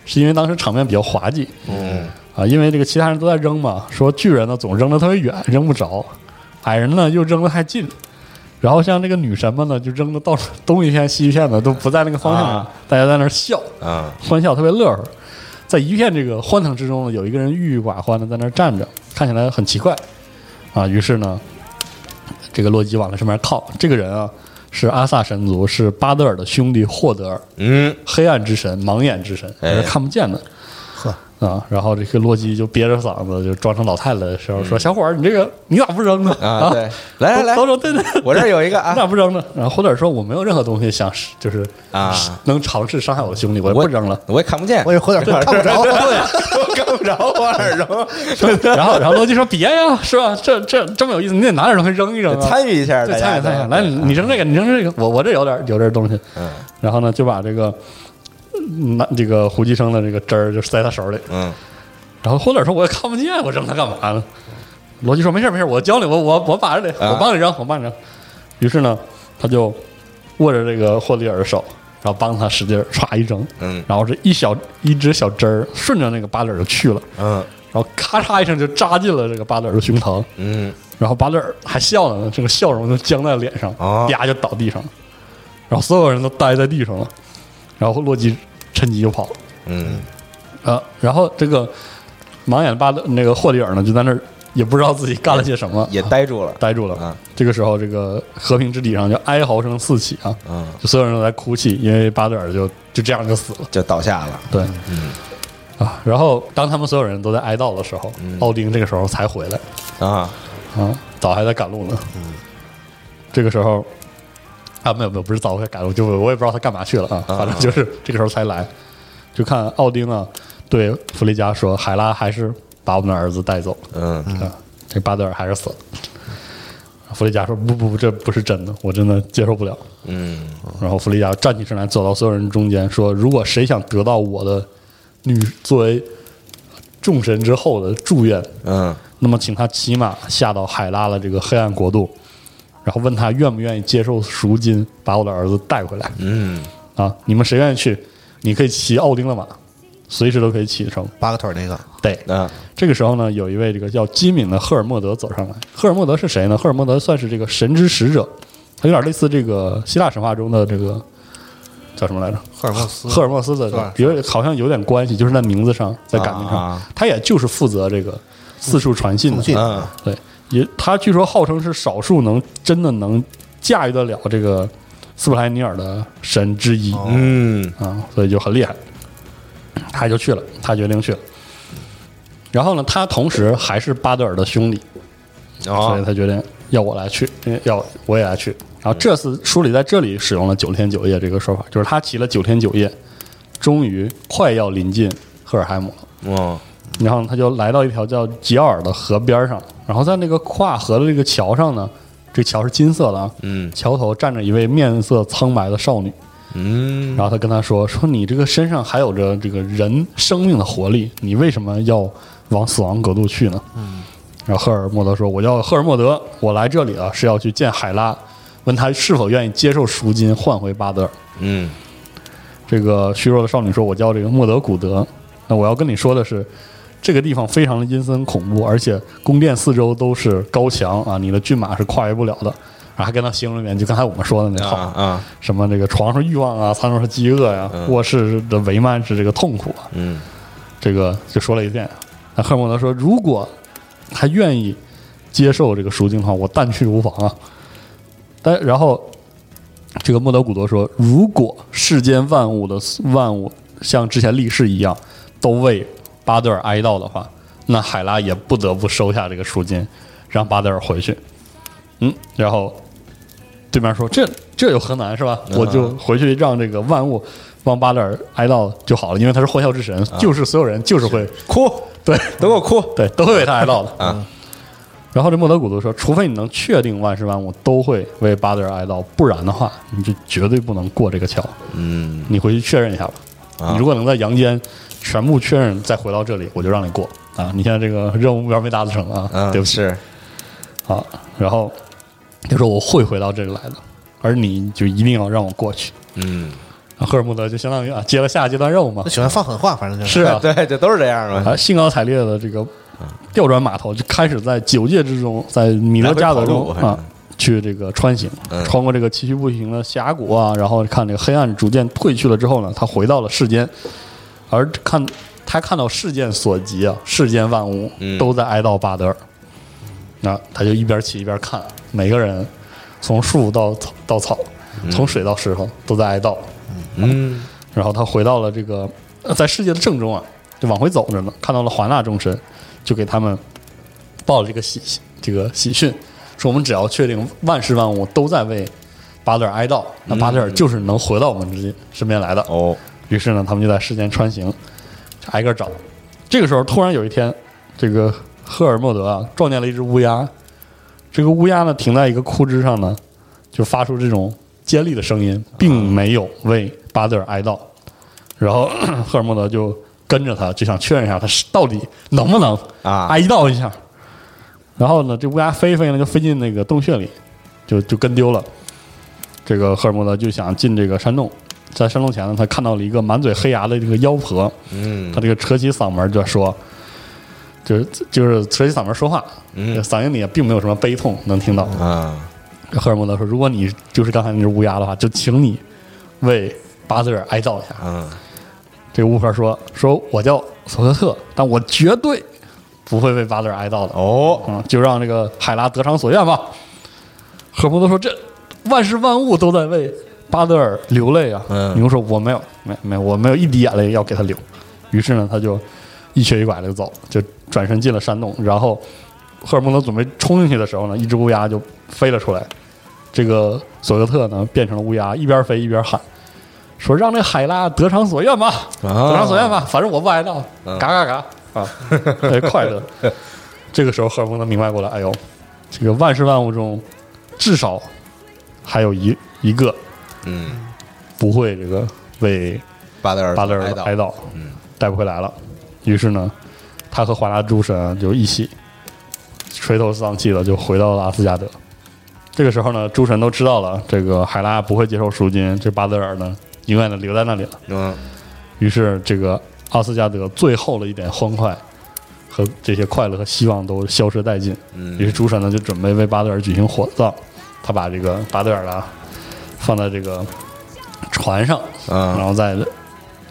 Speaker 2: 是因为当时场面比较滑稽，
Speaker 1: 嗯
Speaker 2: 啊，因为这个其他人都在扔嘛，说巨人呢总扔得特别远，扔不着；矮人呢又扔得太近，然后像这个女神们呢就扔得到处东一片西一片的，都不在那个方向上，
Speaker 1: 啊
Speaker 2: 大家在那儿笑
Speaker 1: 啊
Speaker 2: 欢笑，特别乐呵。在一片这个欢腾之中呢，有一个人郁郁寡欢的在那儿站着，看起来很奇怪啊。于是呢，这个洛基往他身边靠。这个人啊，是阿萨神族，是巴德尔的兄弟霍德尔。
Speaker 1: 嗯
Speaker 2: 黑暗之神、盲眼之神，
Speaker 1: 哎
Speaker 2: 还是看不见的。呵啊，然后这个洛基就憋着嗓子，就装成老太太的时候说：“小伙儿，你这个你咋不扔呢？
Speaker 1: 嗯啊，对，来来来
Speaker 2: 都，都说对对，
Speaker 1: 我这儿有一个
Speaker 2: 你
Speaker 1: 啊
Speaker 2: 咋不扔呢？”然后霍德尔说：“我没有任何东西想是就是
Speaker 1: 啊
Speaker 2: 能尝试伤害我的兄弟，我也不
Speaker 1: 我
Speaker 2: 扔了。”
Speaker 1: 我也看不见，
Speaker 3: 我也回点看不 着，
Speaker 1: 我看不着，我哪儿扔？
Speaker 2: 然后然后洛基说：“别呀，是吧？这这这么有意思，你得拿点东西扔一扔啊。”
Speaker 1: 参与一下，
Speaker 2: 对，
Speaker 1: 大
Speaker 2: 参
Speaker 1: 家
Speaker 2: 与参与，来，你扔这个，你扔这个，我我这有点有点东西，
Speaker 1: 嗯
Speaker 2: 然后呢，就把这个嗯拿这个胡姬生的这个汁儿就塞他手里，
Speaker 1: 嗯
Speaker 2: 然后霍勒说：“我也看不见，我扔它干嘛呢？”罗辑说：“没事儿没事儿，我教你，我我我把着你，
Speaker 1: 啊
Speaker 2: 我帮你扔，我帮你扔。”于是呢，他就握着这个霍利尔的手，然后帮他使劲儿歘一扔，
Speaker 1: 嗯
Speaker 2: 然后这一小一只小针儿顺着那个巴勒就去了，
Speaker 1: 嗯
Speaker 2: 然然后咔嚓一声就扎进了这个巴德尔的胸膛，
Speaker 1: 嗯，
Speaker 2: 然后巴德尔还笑呢，这个笑容就僵在脸上，
Speaker 1: 哦
Speaker 2: 啪就倒地上了，然后所有人都呆在地上了，然后洛基趁机就跑了，
Speaker 1: 嗯，
Speaker 2: 啊，然后这个盲眼巴德那个霍利尔呢就在那儿也不知道自己干了些什么，
Speaker 1: 也呆住了，
Speaker 2: 呆住了。
Speaker 1: 啊
Speaker 2: 这个时候，这个和平之地上就哀嚎声四起啊，
Speaker 1: 嗯，
Speaker 2: 就所有人都在哭泣，因为巴德尔就就这样就死了。
Speaker 1: 就倒下了，
Speaker 2: 对，
Speaker 1: 嗯
Speaker 2: 啊，然后当他们所有人都在哀悼的时候，
Speaker 1: 嗯
Speaker 2: 奥丁这个时候才回来
Speaker 1: 啊，
Speaker 2: 啊，早还在赶路呢。这个时候啊，没有没有，不是早在赶路，就我也不知道他干嘛去了啊，反正就是这个时候才来，就看奥丁啊对弗利加说：“海拉还是把我们的儿子带走。”
Speaker 1: 嗯，
Speaker 2: 啊，这巴德尔还是死了。弗利加说：“不不不，这不是真的，我真的接受不了。”
Speaker 1: 嗯，
Speaker 2: 然后弗利加站起身来，走到所有人中间，说：“如果谁想得到我的女作为众神之后的祝愿，
Speaker 1: 嗯，
Speaker 2: 那么请他骑马下到海拉的这个黑暗国度，然后问他愿不愿意接受赎金，把我的儿子带回来。
Speaker 1: 嗯，
Speaker 2: 啊，你们谁愿意去？你可以骑奥丁的马，随时都可以启程。
Speaker 3: 八个腿儿那个，
Speaker 2: 对，
Speaker 1: 那
Speaker 2: 这个时候呢，有一位这个叫基敏的赫尔墨德走上来。赫尔墨德是谁呢？赫尔墨德算是这个神之使者，他有点类似这个希腊神话中的这个叫什么来着？
Speaker 3: 赫尔墨斯，
Speaker 2: 赫尔墨斯的
Speaker 3: 是吧，
Speaker 2: 有点好像有点关系，就是在名字上，在感情
Speaker 1: 啊啊
Speaker 2: 上
Speaker 1: 啊，
Speaker 2: 他也就是负责这个四处传信
Speaker 3: 通
Speaker 2: 的。
Speaker 3: 信，
Speaker 1: 嗯
Speaker 2: 对，也他据说号称是少数能真的能驾驭得了这个斯普莱尼尔的神之一。
Speaker 1: 嗯，
Speaker 2: 啊，所以就很厉害。他就去了，他决定去了。然后呢，他同时还是巴德尔的兄弟，所以
Speaker 1: 哦，
Speaker 2: 他决定要我来去，呃要我也来去。然后这次书里在这里使用了“九天九夜”这个说法，就是他骑了九天九夜，终于快要临近赫尔海姆了。
Speaker 1: 哦，
Speaker 2: 然后他就来到一条叫吉奥尔的河边上，然后在那个跨河的这个桥上呢，这桥是金色的啊，
Speaker 1: 嗯
Speaker 2: 桥头站着一位面色苍白的少女，
Speaker 1: 嗯，
Speaker 2: 然后他跟他说：“说你这个身上还有着这个人生命的活力，你为什么要往死亡国度去呢？”嗯。然后赫尔墨德说：“我叫赫尔墨德，我来这里啊是要去见海拉，问他是否愿意接受赎金换回巴德尔。
Speaker 1: 嗯，”
Speaker 2: 这个虚弱的少女说：“我叫这个莫德古德，那我要跟你说的是，这个地方非常的阴森恐怖，而且宫殿四周都是高墙啊，你的骏马是跨越不了的。”然后还跟他形容一遍，就刚才我们说的那
Speaker 1: 啊
Speaker 2: 话
Speaker 1: 啊，
Speaker 2: 什么这个床上欲望啊，餐桌上饥饿呀、卧室的帷幔是这个痛苦啊，
Speaker 1: 嗯
Speaker 2: 这个就说了一遍。那赫尔蒙德说，如果他愿意接受这个赎金的话，我但去无妨啊。但然后这个莫德古多说，如果世间万物的万物像之前力士一样都为巴德尔哀悼的话，那海拉也不得不收下这个赎金，让巴德尔回去。嗯，然后对面说这这有何难是吧？
Speaker 1: 嗯
Speaker 2: 我就回去让这个万物帮巴德尔哀悼就好了，因为他是欢笑之神，
Speaker 1: 啊
Speaker 2: 就是所有人就是会
Speaker 1: 哭，
Speaker 2: 对
Speaker 1: 都给我哭，
Speaker 2: 对都会为他哀悼的嗯
Speaker 1: 啊。
Speaker 2: 然后这莫德古都说，除非你能确定万事万物都会为巴德尔哀悼，不然的话，你就绝对不能过这个桥。
Speaker 1: 嗯，
Speaker 2: 你回去确认一下吧。
Speaker 1: 啊
Speaker 2: 你如果能在阳间全部确认，再回到这里，我就让你过啊！你现在这个任务目标没达成啊，
Speaker 1: 嗯，
Speaker 2: 对不起
Speaker 1: 是，
Speaker 2: 啊。然后他说我会回到这里来的，而你就一定要让我过去。
Speaker 1: 嗯，，
Speaker 2: 啊赫尔穆德就相当于啊接了下阶段任务嘛
Speaker 3: 他，喜欢放狠话，反正就是
Speaker 2: 是啊
Speaker 1: 对，嗯这都是这样嘛，
Speaker 2: 啊，兴高采烈的这个调转码头就开始在九界之中，在米勒加德中
Speaker 1: 来回跑路
Speaker 2: 啊去这个穿行，
Speaker 1: 嗯
Speaker 2: 穿过这个崎岖不平的峡谷啊，然后看这个黑暗逐渐退去了之后呢，他回到了世间，而看他看到世间所及啊，世间万物
Speaker 1: 嗯
Speaker 2: 都在哀悼巴德尔，那他就一边骑一边看，每个人从树到草到草，从水到石头都在哀悼。
Speaker 1: 嗯
Speaker 2: 然后他回到了这个呃在世界的正中啊，就往回走着呢，看到了华纳众神，就给他们报了这个喜喜这个喜讯，说我们只要确定万事万物都在为巴德尔哀悼，那巴德尔就是能回到我们之间身边来的。
Speaker 1: 哦，
Speaker 2: 于是呢，他们就在世间穿行，就挨个找。这个时候，突然有一天，这个赫尔墨德啊，撞见了一只乌鸦。这个乌鸦呢，停在一个枯枝上呢，就发出这种尖利的声音，并没有为巴德尔哀悼。然后 赫尔墨德就跟着他，就想确认一下他是到底能不能
Speaker 1: 啊
Speaker 2: 哀悼一下。然后呢，这乌鸦飞一飞呢，就飞进那个洞穴里，就就跟丢了。这个赫尔墨德就想进这个山洞，在山洞前呢，他看到了一个满嘴黑牙的这个妖婆，
Speaker 1: 嗯
Speaker 2: 他这个扯起嗓门就说：“就是就是扯起嗓门说话，嗓音里也并没有什么悲痛能听到。
Speaker 1: 啊，
Speaker 2: 赫尔墨德说：“如果你就是刚才那只乌鸦的话，就请你为巴泽尔哀悼一下。”
Speaker 1: 嗯，
Speaker 2: 这个乌克说：“说我叫索科特，但我绝对不会为巴泽尔哀悼的。”
Speaker 1: 哦，
Speaker 2: 嗯，就让这个海拉得偿所愿吧。赫尔墨德说：“这万事万物都在为巴德尔流泪啊！”
Speaker 1: 嗯
Speaker 2: 牛说：“我没有，没没有，我没有一滴眼泪要给他流。”于是呢，他就一瘸一拐的走，就转身进了山洞。然后赫尔墨德准备冲进去的时候呢，一只乌鸦就飞了出来。这个索格特呢，变成了乌鸦，一边飞一边喊。说让这海拉得偿所愿吧，
Speaker 1: 啊
Speaker 2: 得偿所愿吧，反正我不挨到，嘎嘎嘎啊，哎快乐。这个时候，赫尔蒙德明白过来，哎呦，这个万事万物中，至少还有一一个
Speaker 1: 嗯，
Speaker 2: 不会这个为
Speaker 1: 巴德尔
Speaker 2: 巴勒尔
Speaker 1: 哀
Speaker 2: 哀
Speaker 1: 悼，
Speaker 2: 悼，带不回来了。于是呢，他和华拉诸神啊就一起垂头丧气的就回到了阿斯加德。这个时候呢，诸神都知道了，这个海拉不会接受赎金，这巴德尔呢，永远的留在那里了。
Speaker 1: 嗯，
Speaker 2: 于是，这个阿斯加德最后的一点欢快和这些快乐和希望都消失殆尽。
Speaker 1: 嗯
Speaker 2: 于是诸神呢就准备为巴德尔举行火葬，他把这个巴德尔啊放在这个船上，
Speaker 1: 嗯
Speaker 2: 然后再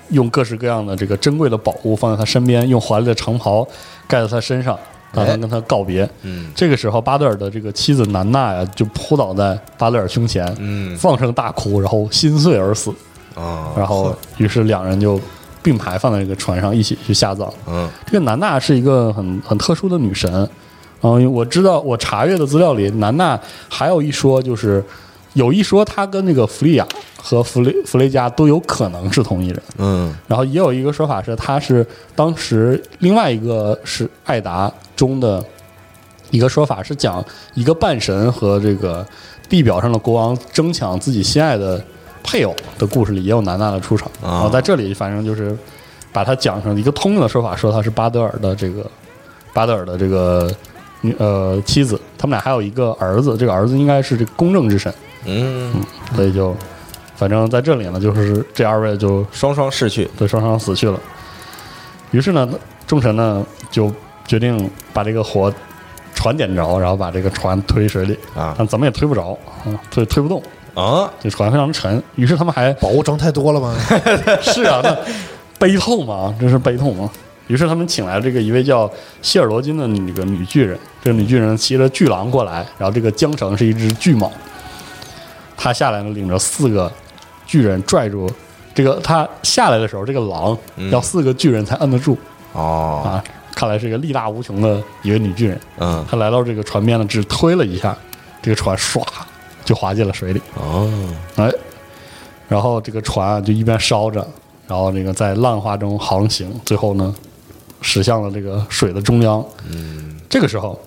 Speaker 2: 用各式各样的这个珍贵的宝物放在他身边，用华丽的长袍盖在他身上，打算跟他告别。
Speaker 1: 嗯
Speaker 2: 这个时候，巴德尔的这个妻子南娜呀，就扑倒在巴德尔胸前，
Speaker 1: 嗯
Speaker 2: 放声大哭，然后心碎而死。
Speaker 1: 啊，
Speaker 2: 然后，于是两人就并排放在这个船上一起去下葬。
Speaker 1: 嗯
Speaker 2: 这个南娜是一个很很特殊的女神，然后我知道我查阅的资料里，南娜还有一说就是有一说她跟那个弗利亚和弗雷弗雷加都有可能是同一人，
Speaker 1: 嗯
Speaker 2: 然后也有一个说法是她是当时另外一个是艾达中的一个说法是讲一个半神和这个地表上的国王争抢自己心爱的配偶的故事里，也有南娜的出场。
Speaker 1: 啊
Speaker 2: 然后在这里，反正就是把它讲成一个通用的说法，说她是巴德尔的这个巴德尔的这个女呃妻子，他们俩还有一个儿子，这个儿子应该是这个公正之神，
Speaker 1: 嗯，
Speaker 2: 所以就反正在这里呢，就是这二位就
Speaker 1: 双双逝去，
Speaker 2: 对，双双死去了。于是呢，众神呢就决定把这个火船点着，然后把这个船推水里
Speaker 1: 啊
Speaker 2: 但怎么也推不着啊，推推不动，
Speaker 1: 啊，
Speaker 2: 这船非常沉。于是他们还
Speaker 3: 宝物装太多了 吗？
Speaker 2: 是啊，那悲痛嘛，真是悲痛啊。于是他们请来这个一位叫谢尔罗金的女这个女巨人，这个女巨人骑着巨狼过来，然后这个缰绳是一只巨蟒，她下来呢，领着四个巨人拽住这个，她下来的时候，这个狼要四个巨人才摁得住、
Speaker 1: 哦，
Speaker 2: 啊，看来是个力大无穷的一位女巨人。
Speaker 1: 嗯
Speaker 2: 她来到这个船边呢，只推了一下，这个船唰就滑进了水里。
Speaker 1: 哦，
Speaker 2: 哎，然后这个船啊就一边烧着，然后这个在浪花中航行，最后呢驶向了这个水的中央。嗯，这个时候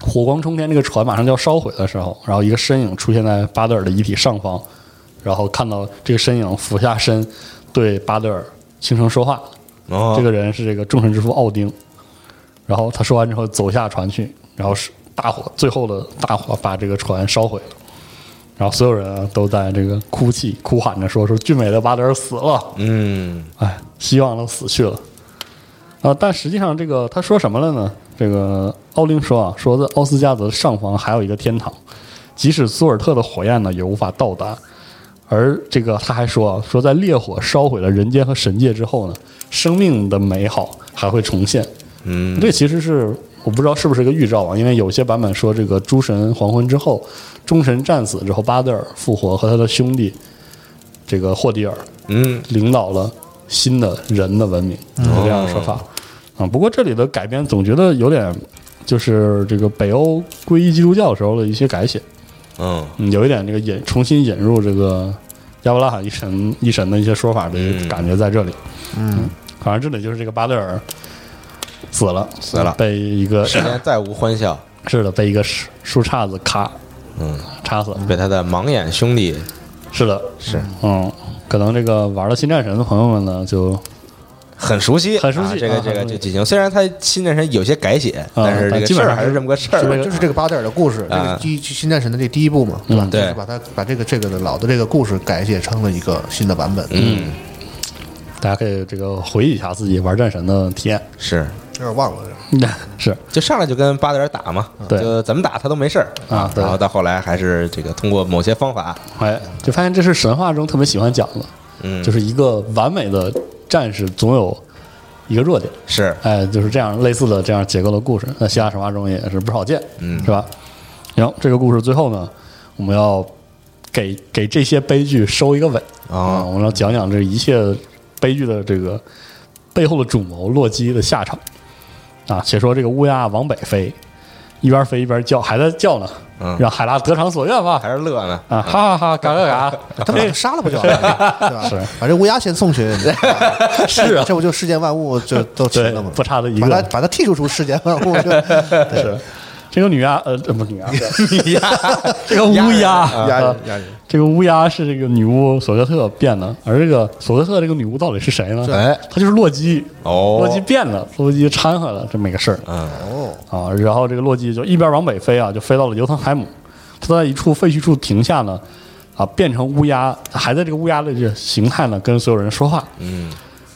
Speaker 2: 火光冲天，这个船马上就要烧毁的时候，然后一个身影出现在巴德尔的遗体上方，然后看到这个身影俯下身对巴德尔轻声说话。
Speaker 1: 哦，
Speaker 2: 这个人是这个众神之父奥丁，然后他说完之后走下船去，然后是大火，最后的大火把这个船烧毁了。然后所有人啊都在这个哭泣、哭喊着说：“说俊美的巴德尔死了，
Speaker 1: 嗯
Speaker 2: 哎，希望都死去了。”啊，但实际上这个他说什么了呢？这个奥丁说啊，说在奥斯加德上方还有一个天堂，即使苏尔特的火焰呢也无法到达。而这个他还说啊，说在烈火烧毁了人间和神界之后呢，生命的美好还会重现。
Speaker 1: 嗯
Speaker 2: 这其实是我不知道是不是一个预兆啊，因为有些版本说这个诸神黄昏之后，众神战死之后，巴德尔复活和他的兄弟这个霍迪尔
Speaker 1: 嗯
Speaker 2: 领导了新的人的文明，有这样的说法啊、不过这里的改编总觉得有点就是这个北欧皈依基督教时候的一些改写，
Speaker 1: 嗯
Speaker 2: 嗯，有一点这个引重新引入这个亚伯拉罕一神一神的一些说法的
Speaker 1: 嗯
Speaker 2: 感觉在这里。嗯，反正这里就是这个巴德尔死了，
Speaker 1: 死了
Speaker 2: 被一个
Speaker 1: 世间再无欢笑，
Speaker 2: 是的，被一个树树杈子咔
Speaker 1: 嗯，
Speaker 2: 插死了。
Speaker 1: 被他的盲眼兄弟
Speaker 2: 是的，
Speaker 1: 是
Speaker 2: 嗯，可能这个玩了新战神的朋友们呢，就
Speaker 1: 很熟悉，
Speaker 2: 很熟悉
Speaker 1: 啊这个
Speaker 2: 啊
Speaker 1: 这个
Speaker 2: 很
Speaker 1: 这
Speaker 2: 熟悉啊
Speaker 1: 剧情，虽然他新战神有些改写，但是这
Speaker 2: 但
Speaker 1: 个
Speaker 2: 基
Speaker 1: 事
Speaker 2: 本
Speaker 1: 儿
Speaker 2: 上
Speaker 1: 还是这么个事
Speaker 2: 是这
Speaker 1: 儿
Speaker 2: 个，
Speaker 3: 就是这个巴德尔的故事，这
Speaker 1: 啊
Speaker 3: 个第一新战神的这第一部嘛，对吧
Speaker 2: 嗯？
Speaker 1: 对
Speaker 3: 就是把它把这个这个的老的这个故事改写成了一个新的版本。
Speaker 1: 嗯，
Speaker 2: 大家可以这个回忆一下自己玩战神的体验。
Speaker 1: 是，
Speaker 3: 有点忘了。
Speaker 2: 是
Speaker 1: 就上来就跟巴德尔打嘛，
Speaker 2: 对
Speaker 1: 就怎么打他都没事儿
Speaker 2: 啊对
Speaker 1: 然后到后来还是这个通过某些方法，
Speaker 2: 哎，就发现这是神话中特别喜欢讲的，
Speaker 1: 嗯，
Speaker 2: 就是一个完美的战士总有一个弱点，
Speaker 1: 是
Speaker 2: 哎，就是这样类似的这样结构的故事，在希腊神话中也是不少见，
Speaker 1: 嗯
Speaker 2: 是吧？行，这个故事最后呢，我们要给给这些悲剧收一个尾
Speaker 1: 哦
Speaker 2: 啊，我们要讲讲这一切悲剧的这个背后的主谋洛基的下场啊。且说这个乌鸦往北飞，一边飞一边叫，还在叫呢，
Speaker 1: 嗯
Speaker 2: 让海拉得偿所愿吧。
Speaker 1: 还是乐 呢，
Speaker 2: 啊，哈哈哈，嘎嘎 嘎！
Speaker 3: 他们给杀了不就完 了？对吧？
Speaker 2: 是
Speaker 3: 把这乌鸦先送去，
Speaker 2: 是啊
Speaker 3: 这不就世间万物就都齐
Speaker 2: 对
Speaker 3: 了吗？，
Speaker 2: 不差的一
Speaker 3: 把它
Speaker 2: 个。
Speaker 3: 把它剔除出世间万物，就
Speaker 2: 是这个女鸦，呃，这不是女鸦，女鸦，这个乌 鸦，
Speaker 3: 压
Speaker 2: 啊
Speaker 3: 人压人。
Speaker 2: 这个乌鸦是这个女巫索格特变的，而这个索格特这个女巫到底是谁呢？
Speaker 1: 哎
Speaker 2: 她就是洛基。
Speaker 1: 哦
Speaker 2: 洛基变了，洛基掺和了这么一个事儿
Speaker 3: 哦，
Speaker 2: 啊。然后这个洛基就一边往北飞啊，就飞到了尤滕海姆。他在一处废墟处停下呢，啊，变成乌鸦，还在这个乌鸦的这形态呢，跟所有人说话。
Speaker 1: 嗯，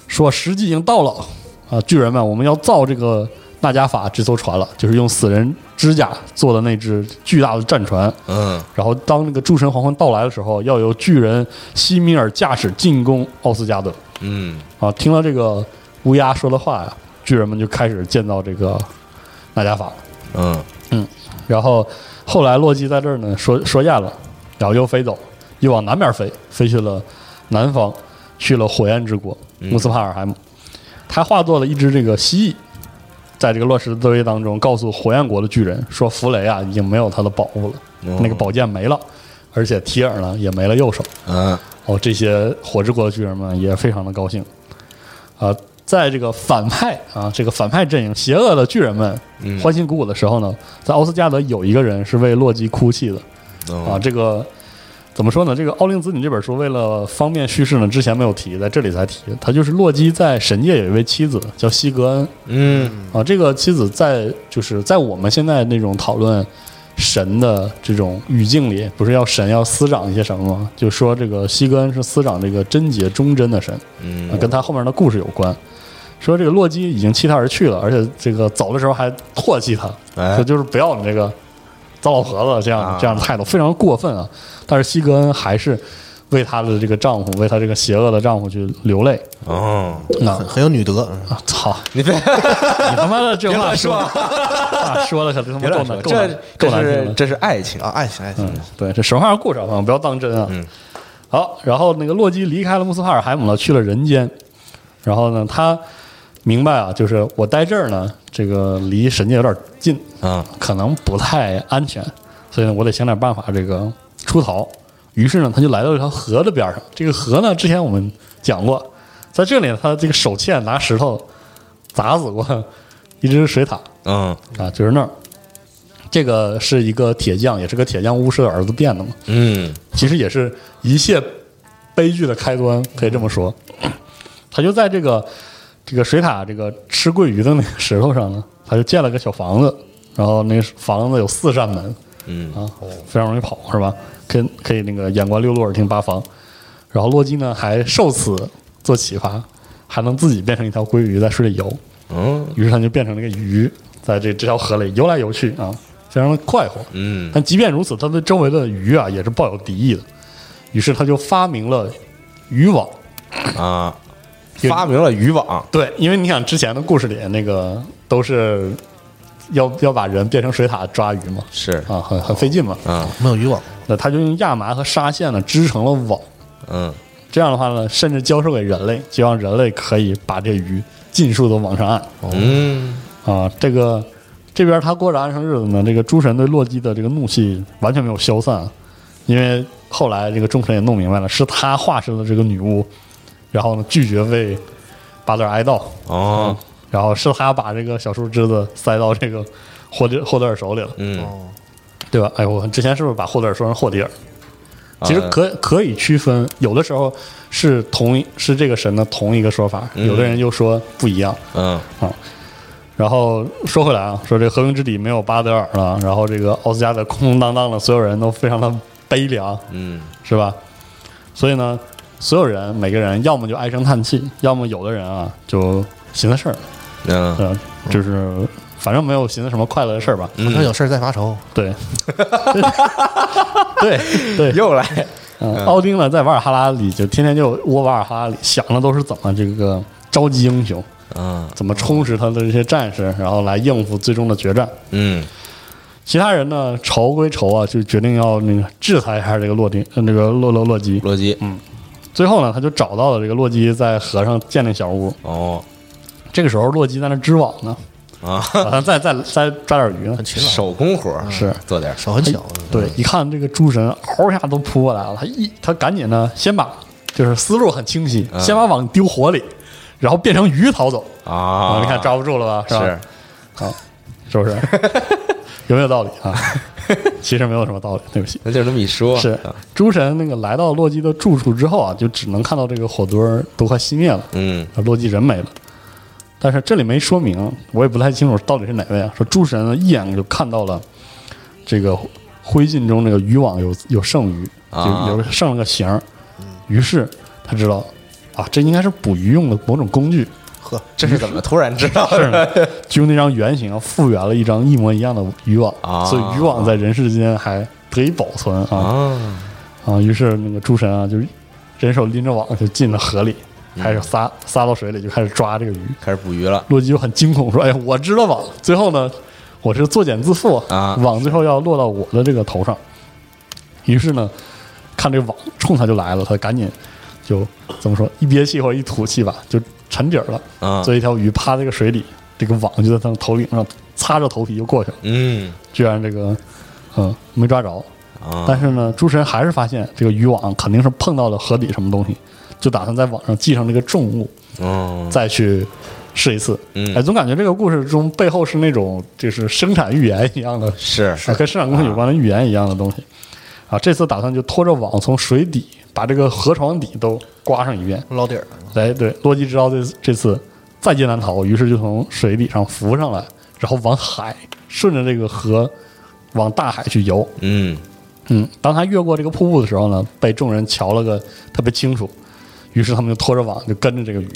Speaker 2: 说时机已经到了啊，巨人们，我们要造这个纳加法这艘船了，就是用死人指甲做的那只巨大的战船。
Speaker 1: 嗯，
Speaker 2: 然后当那个诸神黄昏到来的时候，要由巨人西米尔驾驶进攻奥斯加德。
Speaker 1: 嗯，
Speaker 2: 啊，听了这个乌鸦说的话呀，巨人们就开始建造这个纳加法。
Speaker 1: 嗯，
Speaker 2: 然后后来洛基在这儿呢说 说厌了，然后又飞走，又往南边飞，飞去了南方，去了火焰之国穆斯帕尔海姆。他化作了一只这个蜥蜴，在这个乱石之堆当中，告诉火焰国的巨人说：“弗雷啊，已经没有他的宝物了，
Speaker 1: 哦
Speaker 2: 那个宝剑没了，而且提尔呢也没了右手。”
Speaker 1: 嗯，
Speaker 2: 哦，这些火之国的巨人们也非常的高兴。啊、在这个反派啊，这个反派阵营邪恶的巨人们
Speaker 1: 嗯
Speaker 2: 欢欣鼓舞的时候呢，在奥斯加德有一个人是为洛基哭泣的啊。
Speaker 1: 哦，
Speaker 2: 这个怎么说呢？这个《奥林子女》这本书为了方便叙事呢，之前没有提，在这里才提。他就是洛基在神界有一位妻子叫西格恩
Speaker 1: 嗯，
Speaker 2: 啊，这个妻子在就是在我们现在那种讨论神的这种语境里，不是要神要司长一些什么吗？就说这个西格恩是司长这个贞洁忠贞的神，
Speaker 1: 嗯
Speaker 2: 啊，跟他后面的故事有关。说这个洛基已经弃他而去了，而且这个走的时候还唾弃他，
Speaker 1: 哎
Speaker 2: 说就是不要你这个糟老婆子这样、
Speaker 1: 啊
Speaker 2: 这样的态度，非常过分啊！但是西格恩还是为她的这个丈夫，为她这个邪恶的丈夫去流泪。
Speaker 1: 哦，
Speaker 2: 那
Speaker 3: 很很有女德。
Speaker 2: 啊操！
Speaker 1: 你别
Speaker 2: 你他妈的这话
Speaker 1: 乱
Speaker 2: 说
Speaker 1: 说
Speaker 2: 啊，说的可他妈
Speaker 1: 别
Speaker 2: 够
Speaker 1: 乱说，
Speaker 2: 难够难
Speaker 1: 这这
Speaker 2: 够难听
Speaker 1: 是
Speaker 2: 了。
Speaker 1: 这是爱情
Speaker 3: 啊，爱情爱情
Speaker 2: 嗯，对，这神话故事啊，不要当真啊。
Speaker 1: 嗯
Speaker 2: 好，然后那个洛基离开了穆斯帕尔海姆了，去了人间。然后呢，他明白啊，就是我待这儿呢，这个离神界有点近，
Speaker 1: 啊，
Speaker 2: 可能不太安全，所以呢，我得想点办法这个出逃。于是呢，他就来到一条河的边上。这个河呢，之前我们讲过，在这里呢他这个手欠拿石头砸死过一只水獭
Speaker 1: 嗯
Speaker 2: 啊，就是那儿。这个是一个铁匠，也是个铁匠巫师的儿子变的嘛。
Speaker 1: 嗯
Speaker 2: 其实也是一切悲剧的开端，可以这么说。他就在这个这个水塔这个吃桂鱼的那个石头上呢，他就建了个小房子，然后那房子有四扇门
Speaker 1: 嗯
Speaker 2: 啊，非常容易跑是吧？可以可以那个眼观六路，耳听八方。然后洛基呢还受此做启发，还能自己变成一条鲑鱼在水里游，
Speaker 1: 嗯
Speaker 2: 于是他就变成了一个鱼，在这这条河里游来游去啊，非常的快活。
Speaker 1: 嗯
Speaker 2: 但即便如此，他对周围的鱼啊也是抱有敌意的，于是他就发明了渔网。
Speaker 1: 啊，发明了渔网，
Speaker 2: 对，因为你想之前的故事里那个都是要 要把人变成水獭抓鱼嘛，
Speaker 1: 是
Speaker 2: 啊，很很费劲嘛。
Speaker 1: 啊，
Speaker 3: 没有渔网，
Speaker 2: 那他就用亚麻和纱线呢织成了网，
Speaker 1: 嗯
Speaker 2: 这样的话呢，甚至交售给人类，就让人类可以把这鱼尽数的往上岸。
Speaker 1: 嗯
Speaker 2: 啊，这个这边他过着安生日子呢，这个诸神对洛基的这个怒气完全没有消散，啊因为后来这个众神也弄明白了，是他化身了这个女巫，然后呢拒绝为巴德尔哀悼，
Speaker 1: 哦，
Speaker 2: 然后是他把这个小树枝子塞到这个霍德霍德尔手里了，
Speaker 1: 嗯，
Speaker 2: 对吧？哎，我之前是不是把霍德尔说成霍迪尔？其实
Speaker 1: 啊
Speaker 2: 可可以区分，有的时候是同一是这个神的同一个说法，有的人又说不一样。
Speaker 1: 嗯
Speaker 2: 然后说回来啊，说这和平之底没有巴德尔了，然后这个奥斯加德空空荡荡的，所有人都非常的悲凉，
Speaker 1: 嗯
Speaker 2: 是吧？所以呢，所有人每个人要么就唉声叹气，要么有的人啊就寻思事儿，
Speaker 1: 嗯，
Speaker 2: 呃，就是反正没有寻思什么快乐的事儿吧。
Speaker 3: 反正有事儿再发愁。
Speaker 2: 对，对 对，
Speaker 1: 又来，
Speaker 2: 嗯，奥丁呢，在瓦尔哈拉里就天天就窝瓦尔哈拉里，想的都是怎么这个召集英雄，
Speaker 1: 嗯
Speaker 2: 怎么充实他的这些战士，然后来应付最终的决战。
Speaker 1: 嗯
Speaker 2: 其他人呢，仇归仇啊，就决定要那个制裁一下这个洛丁，呃那个洛洛洛基。
Speaker 1: 洛基，
Speaker 2: 最后呢，他就找到了这个洛基在河上建那小屋。
Speaker 1: 哦
Speaker 2: 这个时候，洛基在那织网呢，
Speaker 1: 啊，嗯
Speaker 2: 打算再再再抓点鱼呢。
Speaker 3: 很勤劳，
Speaker 1: 手工活儿
Speaker 2: 是
Speaker 1: 做点儿，
Speaker 3: 手很巧。
Speaker 2: 哎
Speaker 1: 嗯
Speaker 2: 对，一看这个诸神，嗷一下都扑过来了，他一他赶紧呢，先把就是思路很清晰，先把网丢火里，然后变成鱼逃走
Speaker 1: 嗯啊
Speaker 2: 你看抓不住了吧？是吧？啊，是不是？ 有没有道理啊？ 其实没有什么道理，对不起。
Speaker 1: 那就这么一说，
Speaker 2: 是
Speaker 1: 啊
Speaker 2: 诸神那个来到洛基的住处之后啊，就只能看到这个火堆儿都快熄灭了，
Speaker 1: 嗯
Speaker 2: 洛基人没了。但是这里没说明，我也不太清楚到底是哪位啊。说诸神一眼就看到了这个灰烬中这个渔网有有剩余，
Speaker 1: 啊
Speaker 2: 就有剩了个形儿，于是他知道啊，这应该是捕鱼用的某种工具。
Speaker 3: 呵，
Speaker 1: 这是怎么突然知道
Speaker 2: 是
Speaker 1: 的？
Speaker 2: 呢，就用那张原型啊复原了一张一模一样的渔网，
Speaker 1: 啊
Speaker 2: 所以渔网在人世间还得以保存啊
Speaker 1: 啊，
Speaker 2: 啊！于是那个诸神啊，就是人手拎着网就进了河里，开始撒撒到水里，就开始抓这个鱼。
Speaker 1: 开始捕鱼了，
Speaker 2: 洛基就很惊恐说：“哎呀，我知道网。”最后呢，我是作茧自缚
Speaker 1: 啊
Speaker 2: 网最后要落到我的这个头上。于是呢，看这网冲他就来了，他赶紧就怎么说，一憋气或者一吐气吧，就沉底儿了。
Speaker 1: 啊
Speaker 2: 所以一条鱼趴这个水里，这个网就在他的头顶上擦着头皮就过去了，
Speaker 1: 嗯
Speaker 2: 居然这个嗯没抓着。
Speaker 1: 啊
Speaker 2: 但是呢，诸神还是发现这个渔网肯定是碰到了河底什么东西，就打算在网上系上这个重物，
Speaker 1: 哦，
Speaker 2: 再去试一次。
Speaker 1: 嗯
Speaker 2: 哎，总感觉这个故事中背后是那种就是生产预言一样的，
Speaker 1: 是
Speaker 2: 啊跟生产工程有关的预言一样的东西。啊，这次打算就拖着网从水底把这个河床底都刮上一遍。
Speaker 3: 捞底儿，
Speaker 2: 哎，对，洛基知道这这次在劫难逃，于是就从水底上浮上来，然后往海顺着这个河往大海去游。
Speaker 1: 嗯
Speaker 2: 嗯，当他越过这个瀑布的时候呢，被众人瞧了个特别清楚，于是他们就拖着网就跟着这个鱼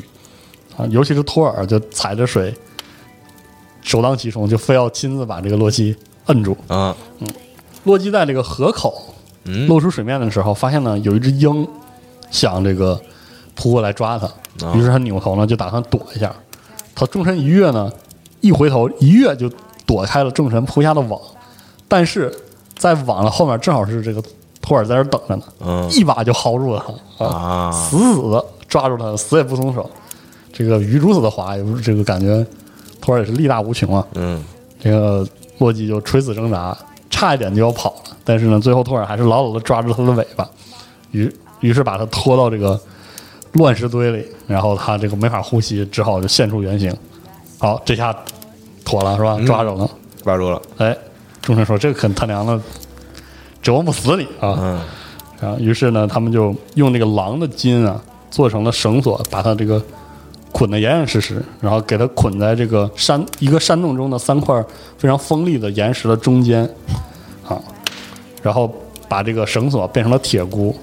Speaker 2: 啊，尤其是托尔就踩着水，首当其冲，就非要亲自把这个洛基摁住。
Speaker 1: 啊
Speaker 2: 洛基在这个河口
Speaker 1: 嗯
Speaker 2: 露出水面的时候，发现呢有一只鹰想这个扑过来抓
Speaker 1: 哦
Speaker 2: 他，于是他扭头呢就打算躲一下，他纵身一跃呢，一回头一跃就躲开了众神扑下的网，但是在网的后面正好是这个托尔在这儿等着呢，
Speaker 1: 嗯
Speaker 2: 一把就薅住了他
Speaker 1: 啊
Speaker 2: 死死的抓住他，死也不松手。这个鱼如此的滑，也不是这个感觉，托尔也是力大无穷啊。
Speaker 1: 嗯
Speaker 2: 这个洛基就垂死挣扎，差一点就要跑了。但是呢，最后托尔还是牢牢的抓住他的尾巴，于于是把他拖到这个乱石堆里，然后他这个没法呼吸，只好就现出原形。好，这下妥了是吧？抓着了。
Speaker 1: 抓住了，
Speaker 2: 哎，众神说这个可他娘的折磨不死你啊！
Speaker 1: 嗯
Speaker 2: 然后于是呢，他们就用这个狼的筋啊做成了绳索，把它这个捆得严严实实，然后给它捆在这个山一个山洞中的三块非常锋利的岩石的中间啊，然后把这个绳索变成了铁箍。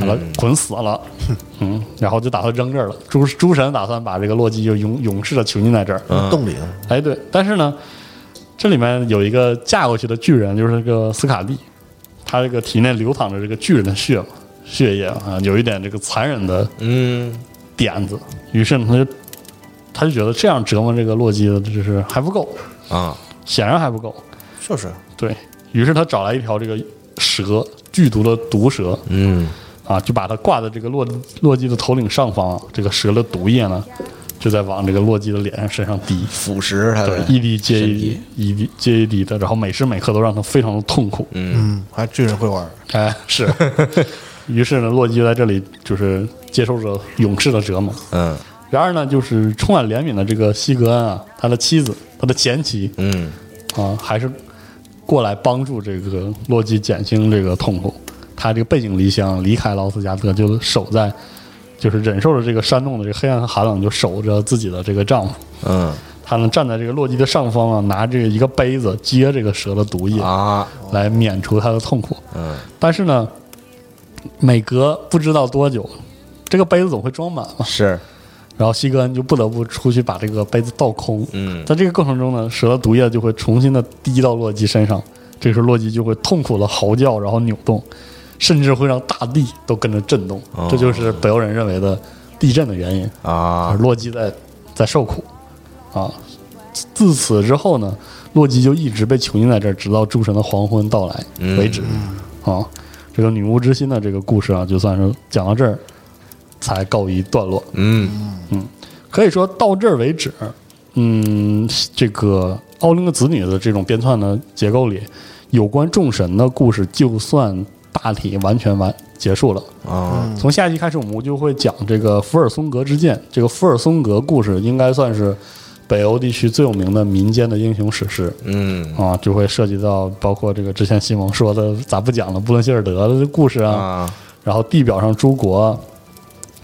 Speaker 2: 把它捆死了，嗯，然后就打算扔这儿了。诸诸神打算把这个洛基就勇勇士的囚禁在这儿，
Speaker 3: 洞里
Speaker 2: 哎，对，但是呢，这里面有一个嫁过去的巨人，就是这个斯卡利，他这个体内流淌着这个巨人的血嘛，血液啊，有一点这个残忍的
Speaker 1: 嗯
Speaker 2: 点子。于是呢，他就他就觉得这样折磨这个洛基的，就是还不够，
Speaker 1: 啊
Speaker 2: 显然还不够。
Speaker 3: 就是
Speaker 2: 对于是，他找来一条这个蛇，剧毒的毒蛇，
Speaker 1: 嗯
Speaker 2: 啊，就把它挂在这个洛洛基的头领上方，啊这个蛇的毒液呢，就在往这个洛基的脸上身上滴。
Speaker 1: 腐蚀它
Speaker 2: 对
Speaker 1: 的，
Speaker 2: 一滴接一
Speaker 1: 身
Speaker 2: 滴
Speaker 1: 体，
Speaker 2: 一滴接一滴的，然后每时每刻都让他非常的痛苦。
Speaker 3: 嗯，还巨人会玩儿，
Speaker 2: 哎，是。于是呢，洛基在这里就是接受着勇士的折磨。
Speaker 1: 嗯
Speaker 2: 然而呢，就是充满怜悯的这个西格恩啊，他的妻子，他的前妻
Speaker 1: 嗯
Speaker 2: 啊，还是过来帮助这个洛基减轻这个痛苦。他这个背井离乡，离开劳斯加特，就守在，就是忍受着这个山洞的这个黑暗和寒冷，就守着自己的这个丈夫。
Speaker 1: 嗯
Speaker 2: 他呢站在这个洛基的上方啊，拿这个一个杯子接这个蛇的毒液，
Speaker 1: 啊
Speaker 2: 来免除他的痛苦。
Speaker 1: 嗯
Speaker 2: 但是呢，
Speaker 1: 哦
Speaker 2: 每隔不知道多久，这个杯子总会装满嘛。
Speaker 1: 是
Speaker 2: 然后西格恩就不得不出去把这个杯子倒空。
Speaker 1: 嗯
Speaker 2: 在这个过程中呢，蛇的毒液就会重新的滴到洛基身上，这个时候洛基就会痛苦的嚎叫，然后扭动，甚至会让大地都跟着震动。
Speaker 1: 哦
Speaker 2: 这就是北欧人认为的地震的原因。而
Speaker 1: 啊，
Speaker 2: 洛基在在受苦啊。自此之后呢，洛基就一直被囚禁在这儿，直到诸神的黄昏到来为止。啊，这个女巫之心的这个故事啊，就算是讲到这儿才告一段落。
Speaker 1: 嗯
Speaker 2: 可以说到这儿为止，嗯，这个《奥林克子女》的这种编纂的结构里，有关众神的故事就算大体完全完结束了。
Speaker 1: 啊，
Speaker 2: 从下一期开始，我们就会讲这个福尔松格之剑。这个福尔松格故事应该算是北欧地区最有名的民间的英雄史诗
Speaker 1: 嗯
Speaker 2: 啊，就会涉及到包括这个之前西蒙说的，咋不讲了？布伦希尔德的故事啊，
Speaker 1: 啊，
Speaker 2: 然后地表上诸国，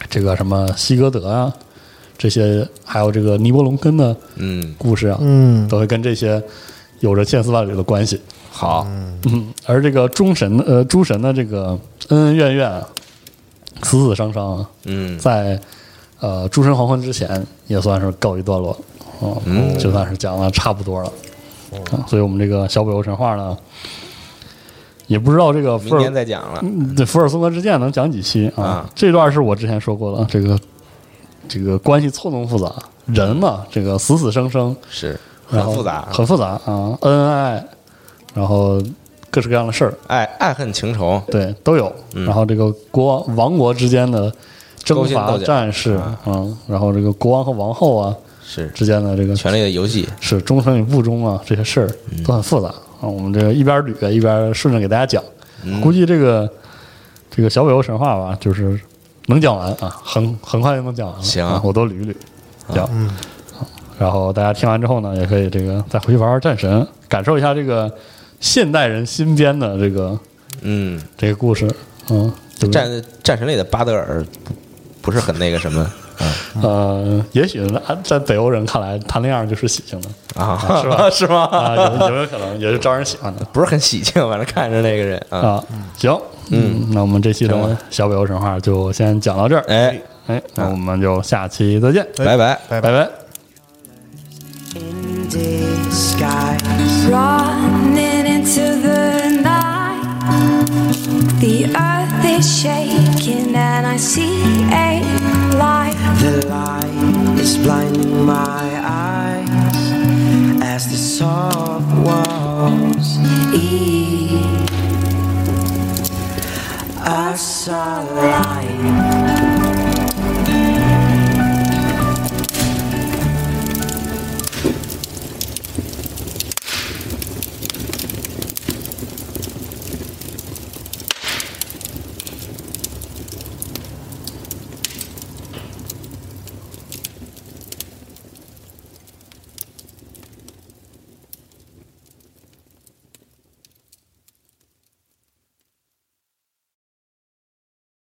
Speaker 2: 这个什么西哥德啊，这些还有这个尼伯龙根的
Speaker 1: 嗯
Speaker 2: 故事啊，
Speaker 3: 嗯，
Speaker 2: 都会跟这些有着千丝万缕的关系。
Speaker 1: 好，
Speaker 2: 嗯，而这个忠神呃诸神的这个恩恩怨怨啊、死死伤伤啊，
Speaker 1: 嗯
Speaker 2: 在呃诸神黄昏之前也算是告一段落了啊，
Speaker 1: 嗯
Speaker 2: 就算是讲的差不多了
Speaker 1: 哦
Speaker 2: 啊，所以我们这个小北欧神话呢，也不知道这个福
Speaker 1: 明年
Speaker 2: 尔
Speaker 1: 再讲了，
Speaker 2: 嗯对福尔松格之剑能讲几期啊？
Speaker 1: 啊
Speaker 2: 这段是我之前说过的，这个这个关系错综复杂，人嘛，这个死死生生，
Speaker 1: 是嗯很
Speaker 2: 然后
Speaker 1: 复杂，
Speaker 2: 很复杂啊，恩恩爱爱，然后各式各样的事儿，
Speaker 1: 爱爱恨情仇，
Speaker 2: 对，都有。然后这个国王王国之间的征
Speaker 1: 嗯勾心
Speaker 2: 伐
Speaker 1: 斗角
Speaker 2: 战事
Speaker 1: 啊
Speaker 2: 啊、嗯然后这个国王和王后啊
Speaker 1: 是
Speaker 2: 之间的这个
Speaker 1: 权力的游戏，
Speaker 2: 是忠诚与不忠啊，这些事儿都很
Speaker 1: 嗯
Speaker 2: 复杂啊。我们这个一边捋一边顺着给大家讲，
Speaker 1: 嗯
Speaker 2: 估计这个这个小北欧神话吧，就是能讲完啊，很很快就能讲完了。
Speaker 1: 行啊
Speaker 2: 啊我都捋一捋，讲。好然后大家听完之后呢，也可以这个再回去玩玩战神，感受一下这个现代人新编的这个
Speaker 1: 嗯，
Speaker 2: 这个故事，嗯，对不对
Speaker 1: 战战神里的巴德尔不是很那个什 么
Speaker 2: 呃，也许呢在北欧人看来，他那样就是喜庆的
Speaker 1: 啊，
Speaker 2: 是 吧
Speaker 1: 是吗？
Speaker 2: 啊，有有没有可能也是招人喜欢的
Speaker 1: 不是很喜庆，反正看着那个人啊，
Speaker 2: 啊？行，嗯，那我们这期
Speaker 1: 行
Speaker 2: 的
Speaker 1: 吧
Speaker 2: 小北欧神话就先讲到这儿，
Speaker 1: 哎，
Speaker 2: 哎，那我们就下期再见，
Speaker 1: 拜拜。
Speaker 2: 拜拜。
Speaker 4: in disguise.
Speaker 5: running into the night. The earth is shaking, and I see a light.
Speaker 4: The light is blinding my eyes as the soft walls eat. I saw light.